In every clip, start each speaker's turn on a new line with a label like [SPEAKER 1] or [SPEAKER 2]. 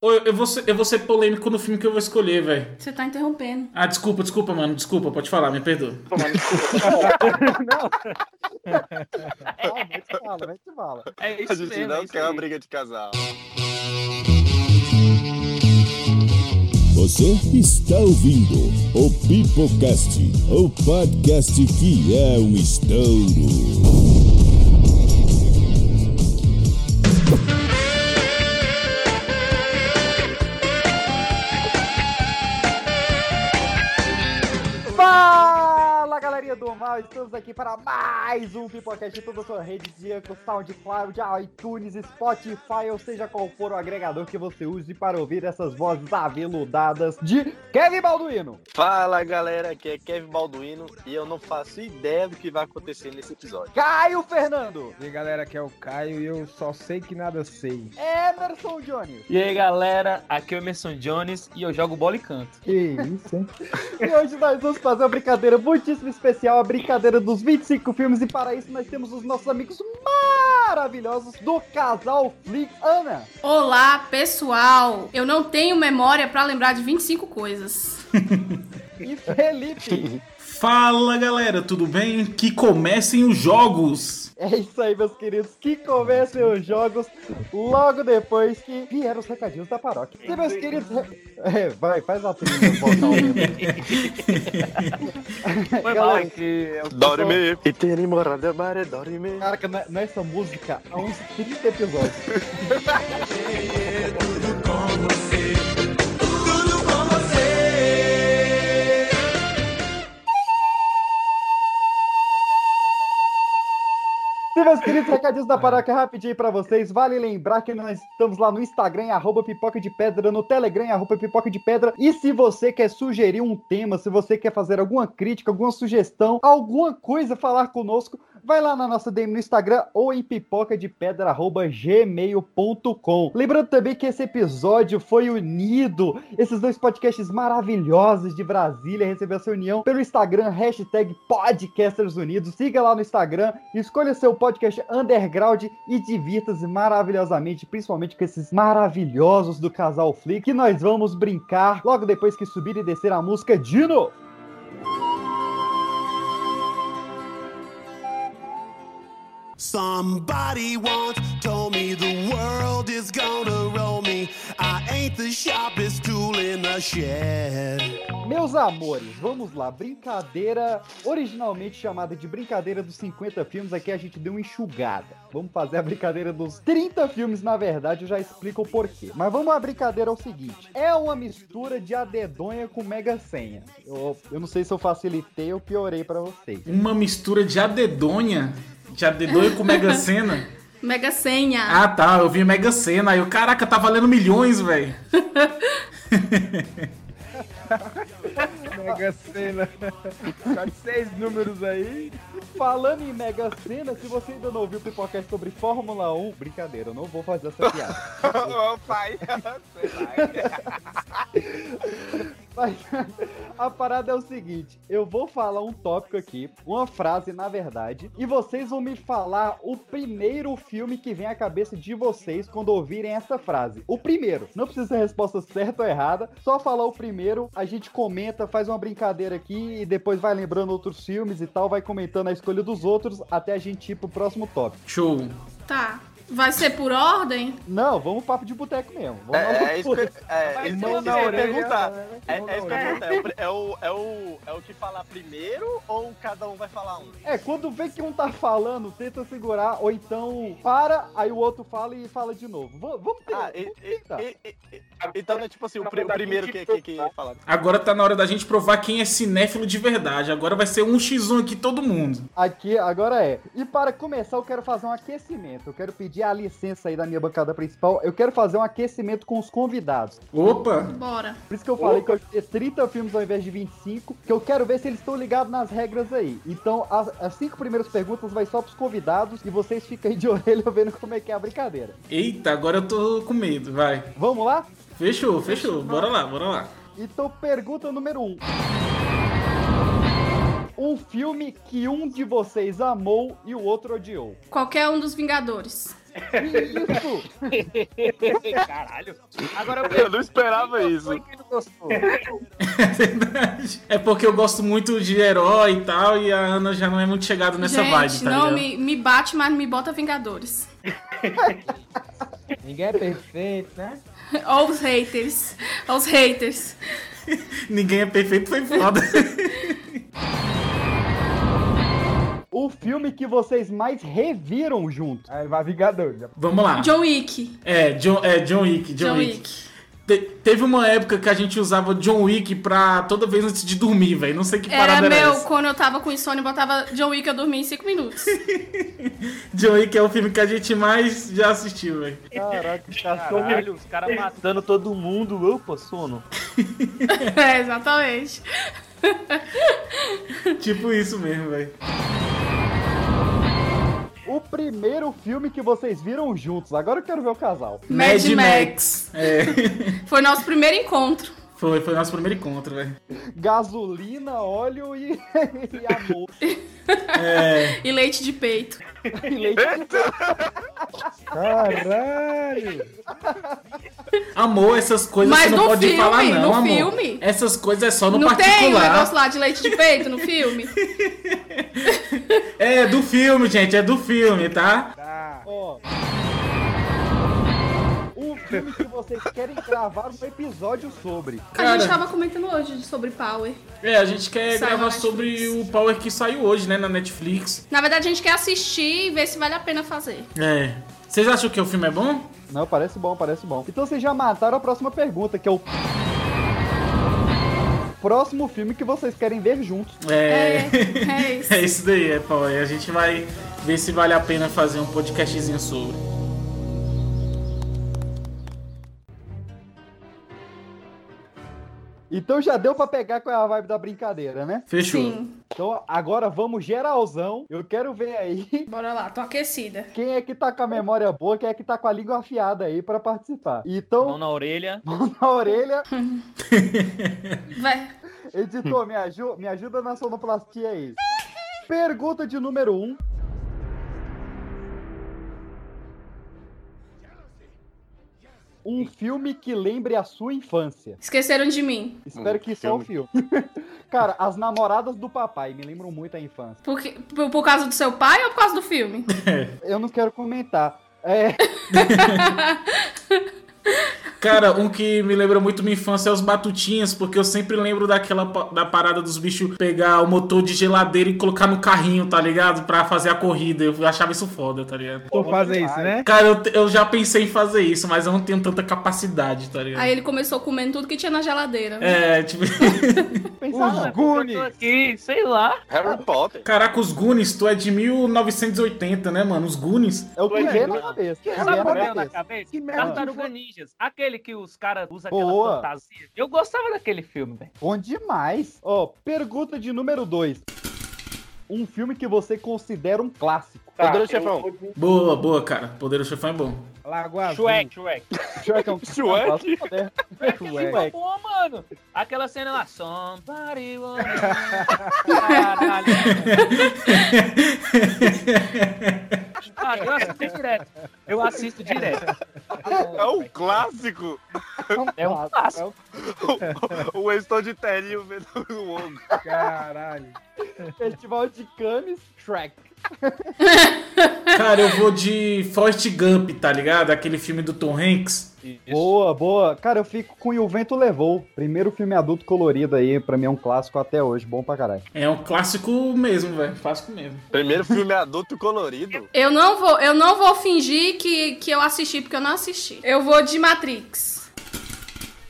[SPEAKER 1] Ô, Eu, eu vou ser, eu vou ser polêmico no filme que eu vou escolher, velho.
[SPEAKER 2] Você tá interrompendo.
[SPEAKER 1] Ah, desculpa, desculpa, mano. Desculpa, pode falar, me perdoa.
[SPEAKER 3] Tomando
[SPEAKER 4] Fala, vai te fala, vai te fala.
[SPEAKER 5] É
[SPEAKER 3] A
[SPEAKER 5] isso
[SPEAKER 3] gente
[SPEAKER 5] mesmo. é
[SPEAKER 3] não
[SPEAKER 5] isso
[SPEAKER 3] quer uma
[SPEAKER 5] aí.
[SPEAKER 3] briga de casal.
[SPEAKER 6] Você está ouvindo o Pipocast, o podcast que é um estouro.
[SPEAKER 4] Fala, galerinha do mal, estamos aqui para mais um Pipocast em toda a sua rede de Anchor, SoundCloud, iTunes, Spotify, ou seja qual for o agregador que você use para ouvir essas vozes aveludadas de Kevin Balduino.
[SPEAKER 3] Fala galera, aqui é Kevin Balduino e eu não faço ideia do que vai acontecer nesse episódio.
[SPEAKER 4] Caio Fernando,
[SPEAKER 7] E aí, galera, aqui é o Caio e eu só sei que nada sei.
[SPEAKER 4] Emerson Jones.
[SPEAKER 5] E aí, galera, aqui é o Emerson Jones e eu jogo bola e canto.
[SPEAKER 7] Que isso, hein?
[SPEAKER 4] E hoje nós vamos fazer uma brincadeira muitíssimo especial, a brincadeira dos 25 filmes, e para isso nós temos os nossos amigos maravilhosos do casal Flix. Ana,
[SPEAKER 2] Olá, pessoal. Eu não tenho memória pra lembrar de 25 coisas.
[SPEAKER 4] E Felipe.
[SPEAKER 1] Fala, galera, tudo bem? Que comecem os jogos!
[SPEAKER 4] É isso aí, meus queridos. Que comecem os jogos logo depois que vieram os recadinhos da paróquia. E, meus queridos. É, vai, faz a trilha no vocal mesmo.
[SPEAKER 5] Foi
[SPEAKER 4] Galera,
[SPEAKER 5] mal, hein? que eu
[SPEAKER 3] Dorme! E tem morada mare, dorme!
[SPEAKER 4] Caraca, não é- não é essa música há uns 30 episódios. Sim, meus queridos, recadinhos da paróquia rapidinho pra vocês. Vale lembrar que nós estamos lá no Instagram, em arroba pipoca de pedra, no Telegram, em arroba pipoca de pedra. E se você quer sugerir um tema, se você quer fazer alguma crítica, alguma sugestão, alguma coisa, falar conosco, vai lá na nossa DM no Instagram ou em pipoca de pedra, arroba gmail.com. Lembrando também que esse episódio foi unido, esses dois podcasts maravilhosos de Brasília recebeu essa união pelo Instagram, hashtag Podcasters Unidos. Siga lá no Instagram, escolha seu podcast underground e divirta-se maravilhosamente, principalmente com esses maravilhosos do casal Flick, que nós vamos brincar logo depois que subir e descer a música de novo.
[SPEAKER 8] Somebody once told me the world is gonna roll me. I ain't the sharpest tool in the shed.
[SPEAKER 4] Meus amores, vamos lá. Brincadeira originalmente chamada de brincadeira dos 50 filmes, aqui a gente deu uma enxugada. Vamos fazer a brincadeira dos 30 filmes, na verdade, eu já explico o porquê. Mas vamos à brincadeira é o seguinte: é uma mistura de adedonha com mega senha. Eu, eu não sei se eu facilitei ou piorei pra vocês.
[SPEAKER 1] Uma mistura de adedonha. De adedonha com Mega Sena.
[SPEAKER 2] Mega senha.
[SPEAKER 1] Ah, tá, eu vi Mega Sena. Aí eu, caraca, tá valendo milhões, velho.
[SPEAKER 7] Mega cena. Só de seis números aí.
[SPEAKER 4] Falando em Mega Sena, se você ainda não ouviu o podcast sobre Fórmula 1, brincadeira, eu não vou fazer essa piada.
[SPEAKER 3] Ô pai, sei lá.
[SPEAKER 4] Mas a parada é o seguinte: eu vou falar um tópico aqui, uma frase na verdade, e vocês vão me falar o primeiro filme que vem à cabeça de vocês quando ouvirem essa frase. O primeiro. Não precisa ser resposta certa ou errada, só falar o primeiro, a gente comenta, faz uma brincadeira aqui e depois vai lembrando outros filmes e tal, vai comentando a escolha dos outros até a gente ir pro próximo tópico.
[SPEAKER 1] Show.
[SPEAKER 2] Tá. Vai ser por ordem?
[SPEAKER 4] Não, vamos papo de boteco mesmo. Vamos
[SPEAKER 3] É,
[SPEAKER 4] lá.
[SPEAKER 3] é isso que eu- é,
[SPEAKER 7] Mas
[SPEAKER 3] isso que
[SPEAKER 7] mão
[SPEAKER 3] eu
[SPEAKER 7] na
[SPEAKER 3] ia
[SPEAKER 7] orelha,
[SPEAKER 3] perguntar.
[SPEAKER 7] né?
[SPEAKER 3] É,
[SPEAKER 7] Mão
[SPEAKER 3] é
[SPEAKER 7] na
[SPEAKER 3] isso que eu ia
[SPEAKER 7] orelha.
[SPEAKER 3] perguntar. É o pr- É o, é, o, é o que falar primeiro ou cada um vai falar um?
[SPEAKER 4] É, quando vê que um tá falando, tenta segurar, ou então para, aí o outro fala e fala de novo. V- vamos ter. tá?
[SPEAKER 3] Ah, e- e-
[SPEAKER 4] tentar.
[SPEAKER 3] e- e- e- então é tipo assim, o, pri- o primeiro que, que, que fala.
[SPEAKER 1] Agora tá na hora da gente provar quem é cinéfilo de verdade. Agora vai ser um x1 aqui todo mundo.
[SPEAKER 4] Aqui agora é. E para começar, eu quero fazer um aquecimento. Eu quero pedir a licença aí da minha bancada principal. Eu quero fazer um aquecimento com os convidados.
[SPEAKER 1] Opa!
[SPEAKER 2] Bora.
[SPEAKER 4] Por isso que eu falei que eu ia ter 30 filmes ao invés de 25, que eu quero ver se eles estão ligados nas regras aí. Então, as, as cinco primeiras perguntas vai só pros convidados e vocês ficam aí de orelha vendo como é que é a brincadeira.
[SPEAKER 1] Eita, agora eu tô com medo, vai.
[SPEAKER 4] Vamos lá?
[SPEAKER 1] Fechou, fechou. Bora lá, bora lá.
[SPEAKER 4] Então, pergunta número um. Um filme que um de vocês amou e o outro odiou.
[SPEAKER 2] Qualquer um dos Vingadores.
[SPEAKER 4] Que isso?
[SPEAKER 5] Caralho. Agora
[SPEAKER 3] Eu não esperava isso.
[SPEAKER 5] Foi quem não gostou.
[SPEAKER 1] É verdade. É porque eu gosto muito de herói e tal, e a Ana já não é muito chegada nessa
[SPEAKER 2] Gente,
[SPEAKER 1] vibe, tá
[SPEAKER 2] não,
[SPEAKER 1] ligado?
[SPEAKER 2] me, me bate, mas me bota Vingadores.
[SPEAKER 7] Ninguém é perfeito, né?
[SPEAKER 2] Ó os haters. Ó os haters.
[SPEAKER 1] Ninguém é perfeito, foi foda.
[SPEAKER 4] O filme que vocês mais reviram junto.
[SPEAKER 7] Aí vai Vingadores.
[SPEAKER 1] Vamos lá.
[SPEAKER 2] John Wick.
[SPEAKER 1] É, John, é, John Wick, John,
[SPEAKER 2] John
[SPEAKER 1] Wick.
[SPEAKER 2] Wick.
[SPEAKER 1] Te- teve uma época que a gente usava John Wick pra toda vez antes de dormir, velho. Não sei que
[SPEAKER 2] Era
[SPEAKER 1] parada era,
[SPEAKER 2] É, meu,
[SPEAKER 1] essa.
[SPEAKER 2] quando eu tava com insônia, eu botava John Wick, eu dormia em 5 minutos.
[SPEAKER 1] John Wick é o filme que a gente mais já assistiu, velho.
[SPEAKER 4] Caraca,
[SPEAKER 5] Caralho, Tá os caras matando todo mundo. Eu, pô, sono.
[SPEAKER 2] é, exatamente.
[SPEAKER 1] tipo isso mesmo, velho.
[SPEAKER 4] O primeiro filme que vocês viram juntos. Agora eu quero ver o casal.
[SPEAKER 2] Mad Max.
[SPEAKER 1] É.
[SPEAKER 2] Foi nosso primeiro encontro.
[SPEAKER 1] Foi, foi nosso primeiro encontro, velho.
[SPEAKER 4] Gasolina, óleo e, e amor.
[SPEAKER 2] E leite de peito.
[SPEAKER 4] E leite.
[SPEAKER 7] Caralho!
[SPEAKER 1] Amor, essas coisas
[SPEAKER 2] Mas
[SPEAKER 1] você não
[SPEAKER 2] no
[SPEAKER 1] pode
[SPEAKER 2] filme,
[SPEAKER 1] falar, não,
[SPEAKER 2] no
[SPEAKER 1] amor.
[SPEAKER 2] filme.
[SPEAKER 1] Essas coisas é só no
[SPEAKER 2] não tem o
[SPEAKER 1] particular.
[SPEAKER 2] negócio lá de leite de peito no filme?
[SPEAKER 1] É do filme, gente, é do filme, tá?
[SPEAKER 4] Ó. O filme que vocês querem gravar um episódio sobre.
[SPEAKER 2] A
[SPEAKER 1] Cara.
[SPEAKER 2] gente tava comentando hoje sobre Power.
[SPEAKER 1] É, a gente quer
[SPEAKER 2] Saiu na
[SPEAKER 1] gravar
[SPEAKER 2] Netflix.
[SPEAKER 1] sobre o Power que saiu hoje, né, na Netflix.
[SPEAKER 2] Na verdade, a gente quer assistir e ver se vale a pena fazer.
[SPEAKER 1] É. Vocês acham que o filme é bom?
[SPEAKER 4] Não, parece bom, parece bom. Então vocês já mataram a próxima pergunta, que é o. Próximo filme que vocês querem ver juntos.
[SPEAKER 2] É,
[SPEAKER 1] É.
[SPEAKER 2] é isso.
[SPEAKER 1] É isso daí, é, Power. A gente vai ver se vale a pena fazer um podcastzinho sobre.
[SPEAKER 4] Então já deu pra pegar qual é a vibe da brincadeira, né?
[SPEAKER 1] Fechou.
[SPEAKER 2] Sim,
[SPEAKER 4] Então agora vamos geralzão. Eu quero ver aí
[SPEAKER 2] bora lá, tô aquecida.
[SPEAKER 4] quem é que tá com a memória boa, quem é que tá com a língua afiada aí pra participar. Então,
[SPEAKER 5] Mão na orelha.
[SPEAKER 4] mão na orelha,
[SPEAKER 2] Vai.
[SPEAKER 4] editor, me, aju me ajuda na sonoplastia aí. Pergunta de número 1. Um. Um filme que lembre a sua infância.
[SPEAKER 2] Esqueceram de mim.
[SPEAKER 4] Espero que só o filme. Cara, As Namoradas do Papai me lembram muito a infância.
[SPEAKER 2] Por, que- por, por causa do seu pai ou por causa do filme?
[SPEAKER 4] Eu não quero comentar. É,
[SPEAKER 1] Cara, um que me lembra muito minha infância é os batutinhas, porque eu sempre lembro daquela pa- da parada dos bichos pegar o motor de geladeira e colocar no carrinho, tá ligado? Pra fazer a corrida. Eu achava isso foda, tá ligado?
[SPEAKER 7] Tu fazer isso, né?
[SPEAKER 1] Cara, eu, te- eu já pensei em fazer isso, mas eu não tenho tanta capacidade, tá ligado?
[SPEAKER 2] Aí ele começou comendo tudo que tinha na geladeira.
[SPEAKER 1] É, tipo.
[SPEAKER 4] pensar
[SPEAKER 5] né,
[SPEAKER 4] não.
[SPEAKER 5] Gune. Aqui, sei lá.
[SPEAKER 3] Harry Potter.
[SPEAKER 1] Caraca, os Goonies, tu é de 1980, né, mano? Os Goonies.
[SPEAKER 4] É o que
[SPEAKER 7] Dois
[SPEAKER 4] vem
[SPEAKER 7] anos.
[SPEAKER 4] na cabeça. É o
[SPEAKER 5] Sabe
[SPEAKER 4] que
[SPEAKER 5] o que
[SPEAKER 4] vem na
[SPEAKER 5] veio na
[SPEAKER 4] cabeça.
[SPEAKER 5] cabeça?
[SPEAKER 7] Que merda.
[SPEAKER 5] Tartaruga Ninjas. Aquele que os caras usam aquela
[SPEAKER 4] Boa.
[SPEAKER 5] fantasia. Eu gostava daquele filme, velho.
[SPEAKER 4] Bom demais. Ó, pergunta de número 2. Um filme que você considera um clássico.
[SPEAKER 7] Tá,
[SPEAKER 3] Poderoso Chefão.
[SPEAKER 1] Boa, boa, cara. Poder do Chefão é bom.
[SPEAKER 7] Lagoa Azul.
[SPEAKER 5] Shrek, Shrek.
[SPEAKER 4] Shrek é um
[SPEAKER 3] Shrek?
[SPEAKER 4] clássico moderno.
[SPEAKER 5] Shrek. é um
[SPEAKER 4] Shrek.
[SPEAKER 5] Pô, mano. Aquela cena lá. Somebody wanna- Caralho. Ah, eu assisto direto. Eu assisto direto.
[SPEAKER 3] É um clássico.
[SPEAKER 5] É um clássico.
[SPEAKER 3] O Winston de terninho vendo o ombro.
[SPEAKER 7] Caralho.
[SPEAKER 4] Festival de Cannes, Shrek.
[SPEAKER 1] Cara, eu vou de Forrest Gump, tá ligado? Aquele filme do Tom Hanks.
[SPEAKER 4] Boa, boa. Cara, eu fico com E o Vento Levou. Primeiro filme adulto colorido aí. Pra mim é um clássico até hoje. Bom pra caralho.
[SPEAKER 1] É um clássico mesmo, velho. Clássico mesmo.
[SPEAKER 3] Primeiro filme adulto colorido.
[SPEAKER 2] Eu não vou, eu não vou fingir que, que eu assisti, porque eu não assisti. Eu vou de Matrix.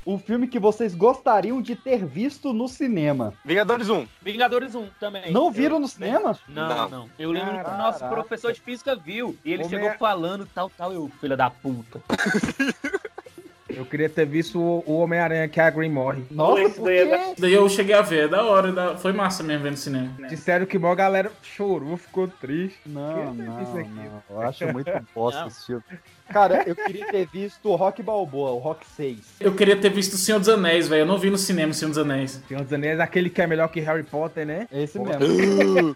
[SPEAKER 4] Um filme que vocês gostariam de ter visto no cinema.
[SPEAKER 3] Vingadores 1.
[SPEAKER 5] Vingadores 1 também.
[SPEAKER 4] Não viram no
[SPEAKER 5] Eu-
[SPEAKER 4] cinema?
[SPEAKER 5] Não, não, Eu lembro que o nosso
[SPEAKER 4] Caraca. é-
[SPEAKER 5] professor de física viu. E ele
[SPEAKER 7] Homem-
[SPEAKER 5] chegou falando tal, tal. Eu, filha da puta.
[SPEAKER 7] Eu queria ter visto o, o Homem-Aranha que a Green morre.
[SPEAKER 4] Nossa,
[SPEAKER 9] Esse daí é
[SPEAKER 4] por quê?
[SPEAKER 1] Daí eu cheguei a ver, é da hora, é da- foi massa mesmo ver no cinema.
[SPEAKER 3] Né.
[SPEAKER 7] Disseram que mó galera chorou, ficou triste.
[SPEAKER 4] Não,
[SPEAKER 7] Que
[SPEAKER 4] não,
[SPEAKER 7] isso aqui?
[SPEAKER 4] não. Eu acho muito bosta esse filme. Cara, eu queria ter visto o Rock Balboa, o Rock 6.
[SPEAKER 1] Eu queria ter visto o Senhor dos Anéis, velho. Eu não vi no cinema o Senhor dos Anéis.
[SPEAKER 7] Senhor dos Anéis, aquele que é melhor que Harry Potter, né?
[SPEAKER 4] É esse
[SPEAKER 7] Pô,
[SPEAKER 4] mesmo.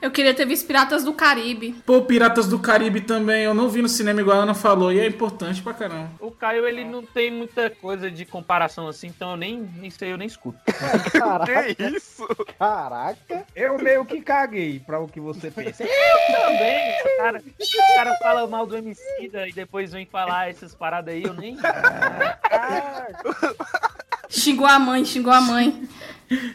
[SPEAKER 2] Eu queria ter visto Piratas do Caribe.
[SPEAKER 1] Pô, Piratas do Caribe também, eu não vi no cinema igual a Ana falou, e é importante pra caramba.
[SPEAKER 5] O Caio, ele não tem muita coisa de comparação assim, então eu nem, nem sei, eu nem escuto.
[SPEAKER 3] Que isso?
[SPEAKER 4] Caraca.
[SPEAKER 7] Eu meio que caguei pra o que você pensa.
[SPEAKER 5] Também, o cara, o cara fala mal do Emicida e depois vem falar essas paradas aí, eu nem...
[SPEAKER 7] Ah,
[SPEAKER 2] Xingou a mãe, xingou a mãe.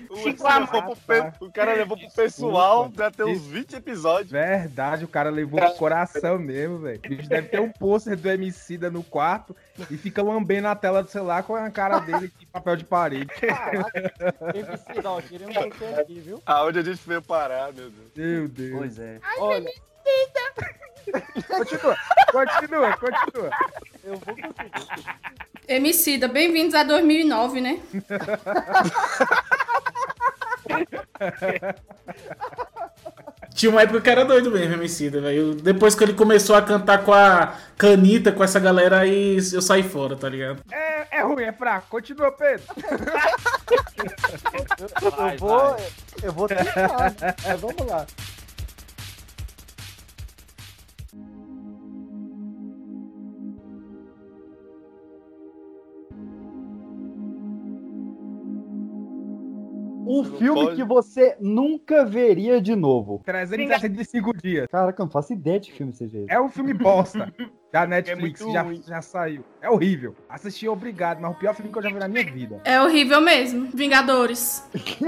[SPEAKER 3] O,
[SPEAKER 5] Chico
[SPEAKER 3] cara
[SPEAKER 5] Amado,
[SPEAKER 3] levou pro pe-
[SPEAKER 7] tá.
[SPEAKER 3] o cara levou pro pessoal pra ter uns
[SPEAKER 7] Isso.
[SPEAKER 3] 20 episódios.
[SPEAKER 7] Verdade, o cara levou pro coração mesmo, velho. O bicho deve ter um pôster do Emicida no quarto e fica lambendo a tela do celular com a cara dele de papel de parede.
[SPEAKER 4] MC, não, um queríamos você aqui, viu?
[SPEAKER 3] Aonde a gente veio parar, meu Deus.
[SPEAKER 7] Meu Deus.
[SPEAKER 5] Pois é.
[SPEAKER 4] Olha,
[SPEAKER 7] Continua, continua, continua.
[SPEAKER 4] eu vou conseguir.
[SPEAKER 2] Emicida, bem-vindos a 2009, né?
[SPEAKER 1] Tinha uma época que era doido mesmo, Emicida, velho. Depois que ele começou a cantar com a Canita, com essa galera, aí eu saí fora, tá ligado?
[SPEAKER 7] É, é ruim, é fraco. Continua, Pedro.
[SPEAKER 5] Vai,
[SPEAKER 4] Eu vou, é.
[SPEAKER 5] vai.
[SPEAKER 4] eu vou tentar, né? mas vamos lá. Um
[SPEAKER 3] Não
[SPEAKER 4] filme
[SPEAKER 3] pode.
[SPEAKER 4] que você nunca veria de novo.
[SPEAKER 7] 365 dias.
[SPEAKER 4] Caraca, eu não faço ideia de filme CG.
[SPEAKER 7] É um filme bosta. Da Netflix,
[SPEAKER 3] muito
[SPEAKER 7] já,
[SPEAKER 3] ruim.
[SPEAKER 7] já saiu. É horrível. Assisti obrigado, mas o pior filme que eu já vi na minha vida.
[SPEAKER 2] É horrível mesmo. Vingadores.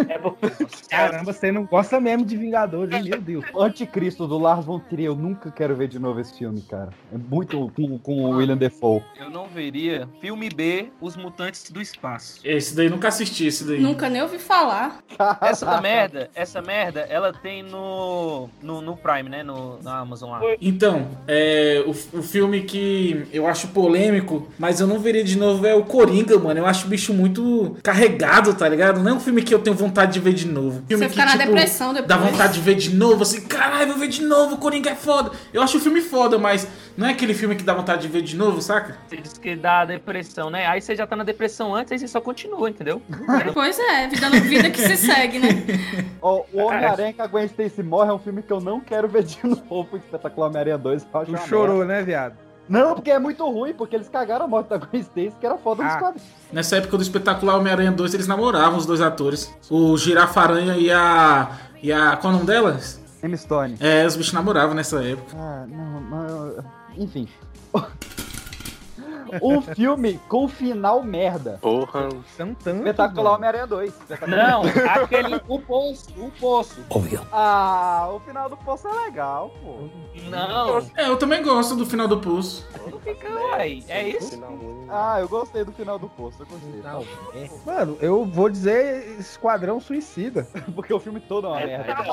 [SPEAKER 5] É porque
[SPEAKER 7] Caramba, você não gosta mesmo de Vingadores, hein? meu Deus.
[SPEAKER 4] O Anticristo do Lars von Trier, eu nunca quero ver de novo esse filme, cara. É muito com, com o William Defoe.
[SPEAKER 5] eu não veria filme B, Os Mutantes do Espaço.
[SPEAKER 1] Esse daí nunca assisti, esse daí.
[SPEAKER 2] Nunca nem ouvi falar.
[SPEAKER 5] Essa merda, essa merda, ela tem no, no, no Prime, né? No, na Amazon lá.
[SPEAKER 1] Então, é, o, o filme que eu acho polêmico, mas eu não veria de novo é o Coringa, mano. Eu acho o bicho muito carregado, tá ligado? Não é um filme que eu tenho vontade de ver de novo. Filme tipo,
[SPEAKER 2] Você fica na depressão né? depois.
[SPEAKER 1] Dá vontade de ver de novo, assim, caralho, vou ver de novo, o Coringa é foda. Eu acho o filme foda, mas não é aquele filme que dá vontade de ver de novo, saca?
[SPEAKER 5] Você diz que dá depressão, né? Aí você já tá na depressão antes, aí você só continua, entendeu?
[SPEAKER 2] Pois é, vida, vida que se segue, né?
[SPEAKER 4] Ó, o Homem-Aranha que a Gwen Stacy morre é um filme que eu não quero ver de novo. O Espetacular Homem-Aranha 2, eu acho
[SPEAKER 7] Tu
[SPEAKER 4] uma merda.
[SPEAKER 7] chorou, né, viado?
[SPEAKER 4] Não, porque é muito ruim, porque eles cagaram a morte da Gwen Stacy, que era foda nos
[SPEAKER 7] Ah.
[SPEAKER 4] quadrinhos.
[SPEAKER 1] Nessa época do espetacular Homem-Aranha 2, eles namoravam os dois atores. O Girafaranha e a. E a. Qual é o nome delas?
[SPEAKER 4] M. Stone.
[SPEAKER 1] É, os bichos namoravam nessa época.
[SPEAKER 4] Ah, não, mas... Enfim. um filme com final merda.
[SPEAKER 3] Porra.
[SPEAKER 7] São tantos.
[SPEAKER 4] Espetacular
[SPEAKER 7] mano.
[SPEAKER 4] Homem-Aranha 2. Espetacular-
[SPEAKER 5] Não, aquele. O poço, o poço.
[SPEAKER 4] Ah, o final do poço é legal, pô.
[SPEAKER 5] Uhum. Não,
[SPEAKER 1] É, eu também gosto do final do pulso.
[SPEAKER 5] não fica, uai.
[SPEAKER 4] né?
[SPEAKER 5] É isso?
[SPEAKER 4] Ah, eu gostei do final do poço, eu gostei. Tá
[SPEAKER 7] Mano, eu vou dizer Esquadrão Suicida.
[SPEAKER 4] Porque o filme todo é uma merda.
[SPEAKER 1] É
[SPEAKER 2] Não,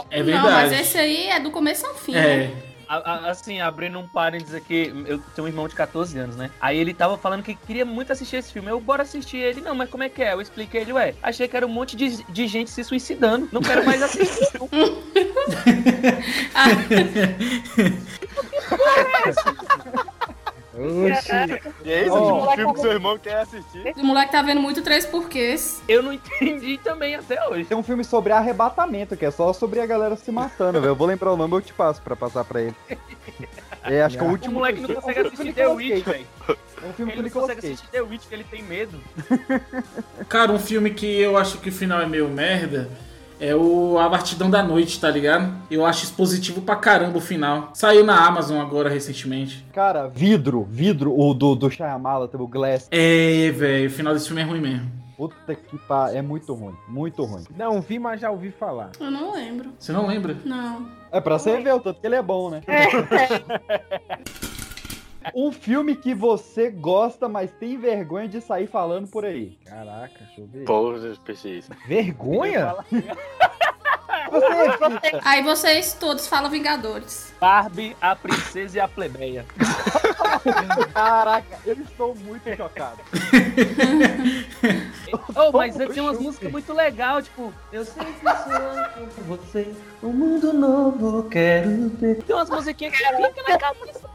[SPEAKER 2] mas
[SPEAKER 1] verdade.
[SPEAKER 2] esse aí é do começo ao fim. né?
[SPEAKER 1] É,
[SPEAKER 5] A- a- assim, abrindo um parênteses aqui, eu tenho um irmão de 14 anos, né? Aí ele tava falando que queria muito assistir esse filme. Eu, bora assistir ele. Não, mas como é que é? Eu expliquei ele, ué. Achei que era um monte de, de gente se suicidando. Não quero mais assistir. não.
[SPEAKER 7] Oxi.
[SPEAKER 3] E é isso,
[SPEAKER 7] Ó.
[SPEAKER 3] tipo, o filme que seu irmão quer assistir.
[SPEAKER 2] O moleque tá vendo muito três porquês.
[SPEAKER 5] Eu não entendi também até hoje.
[SPEAKER 4] Tem um filme sobre arrebatamento, que é só sobre a galera se matando, velho. Eu vou lembrar o nome, eu te passo pra passar pra ele. É, acho que é o
[SPEAKER 5] O
[SPEAKER 4] último.
[SPEAKER 5] moleque não consegue assistir The Witch, velho.
[SPEAKER 4] É um filme que ele
[SPEAKER 5] Ele não consegue
[SPEAKER 4] coloquei.
[SPEAKER 5] assistir The Witch porque ele tem medo.
[SPEAKER 1] cara, um filme que eu acho que o final é meio merda é o A Batidão da Noite, tá ligado? Eu acho expositivo pra caramba o final. Saiu na Amazon agora recentemente.
[SPEAKER 4] Cara, vidro, vidro, o do, do Shyamala, tem o Glass.
[SPEAKER 1] É, velho, o final desse filme é ruim mesmo.
[SPEAKER 4] Puta que pá, é muito ruim, muito ruim.
[SPEAKER 7] Não vi, mas já ouvi falar.
[SPEAKER 2] Eu não lembro.
[SPEAKER 1] Você não lembra?
[SPEAKER 2] Não.
[SPEAKER 4] É pra você ver o tanto que ele é bom, né? um filme que você gosta, mas tem vergonha de sair falando por aí.
[SPEAKER 7] Caraca, deixa eu ver.
[SPEAKER 3] Porra, pensei isso.
[SPEAKER 7] Vergonha?
[SPEAKER 4] Você, Fita,
[SPEAKER 2] Aí vocês todos falam Vingadores.
[SPEAKER 5] Barbie, a princesa e a plebeia.
[SPEAKER 4] Caraca, eu estou muito chocado.
[SPEAKER 5] Oh, mas ele tem umas músicas muito legais, tipo, eu sei que sou eu com você, um mundo novo quero ter. Tem umas musiquinhas que fica na cabeça.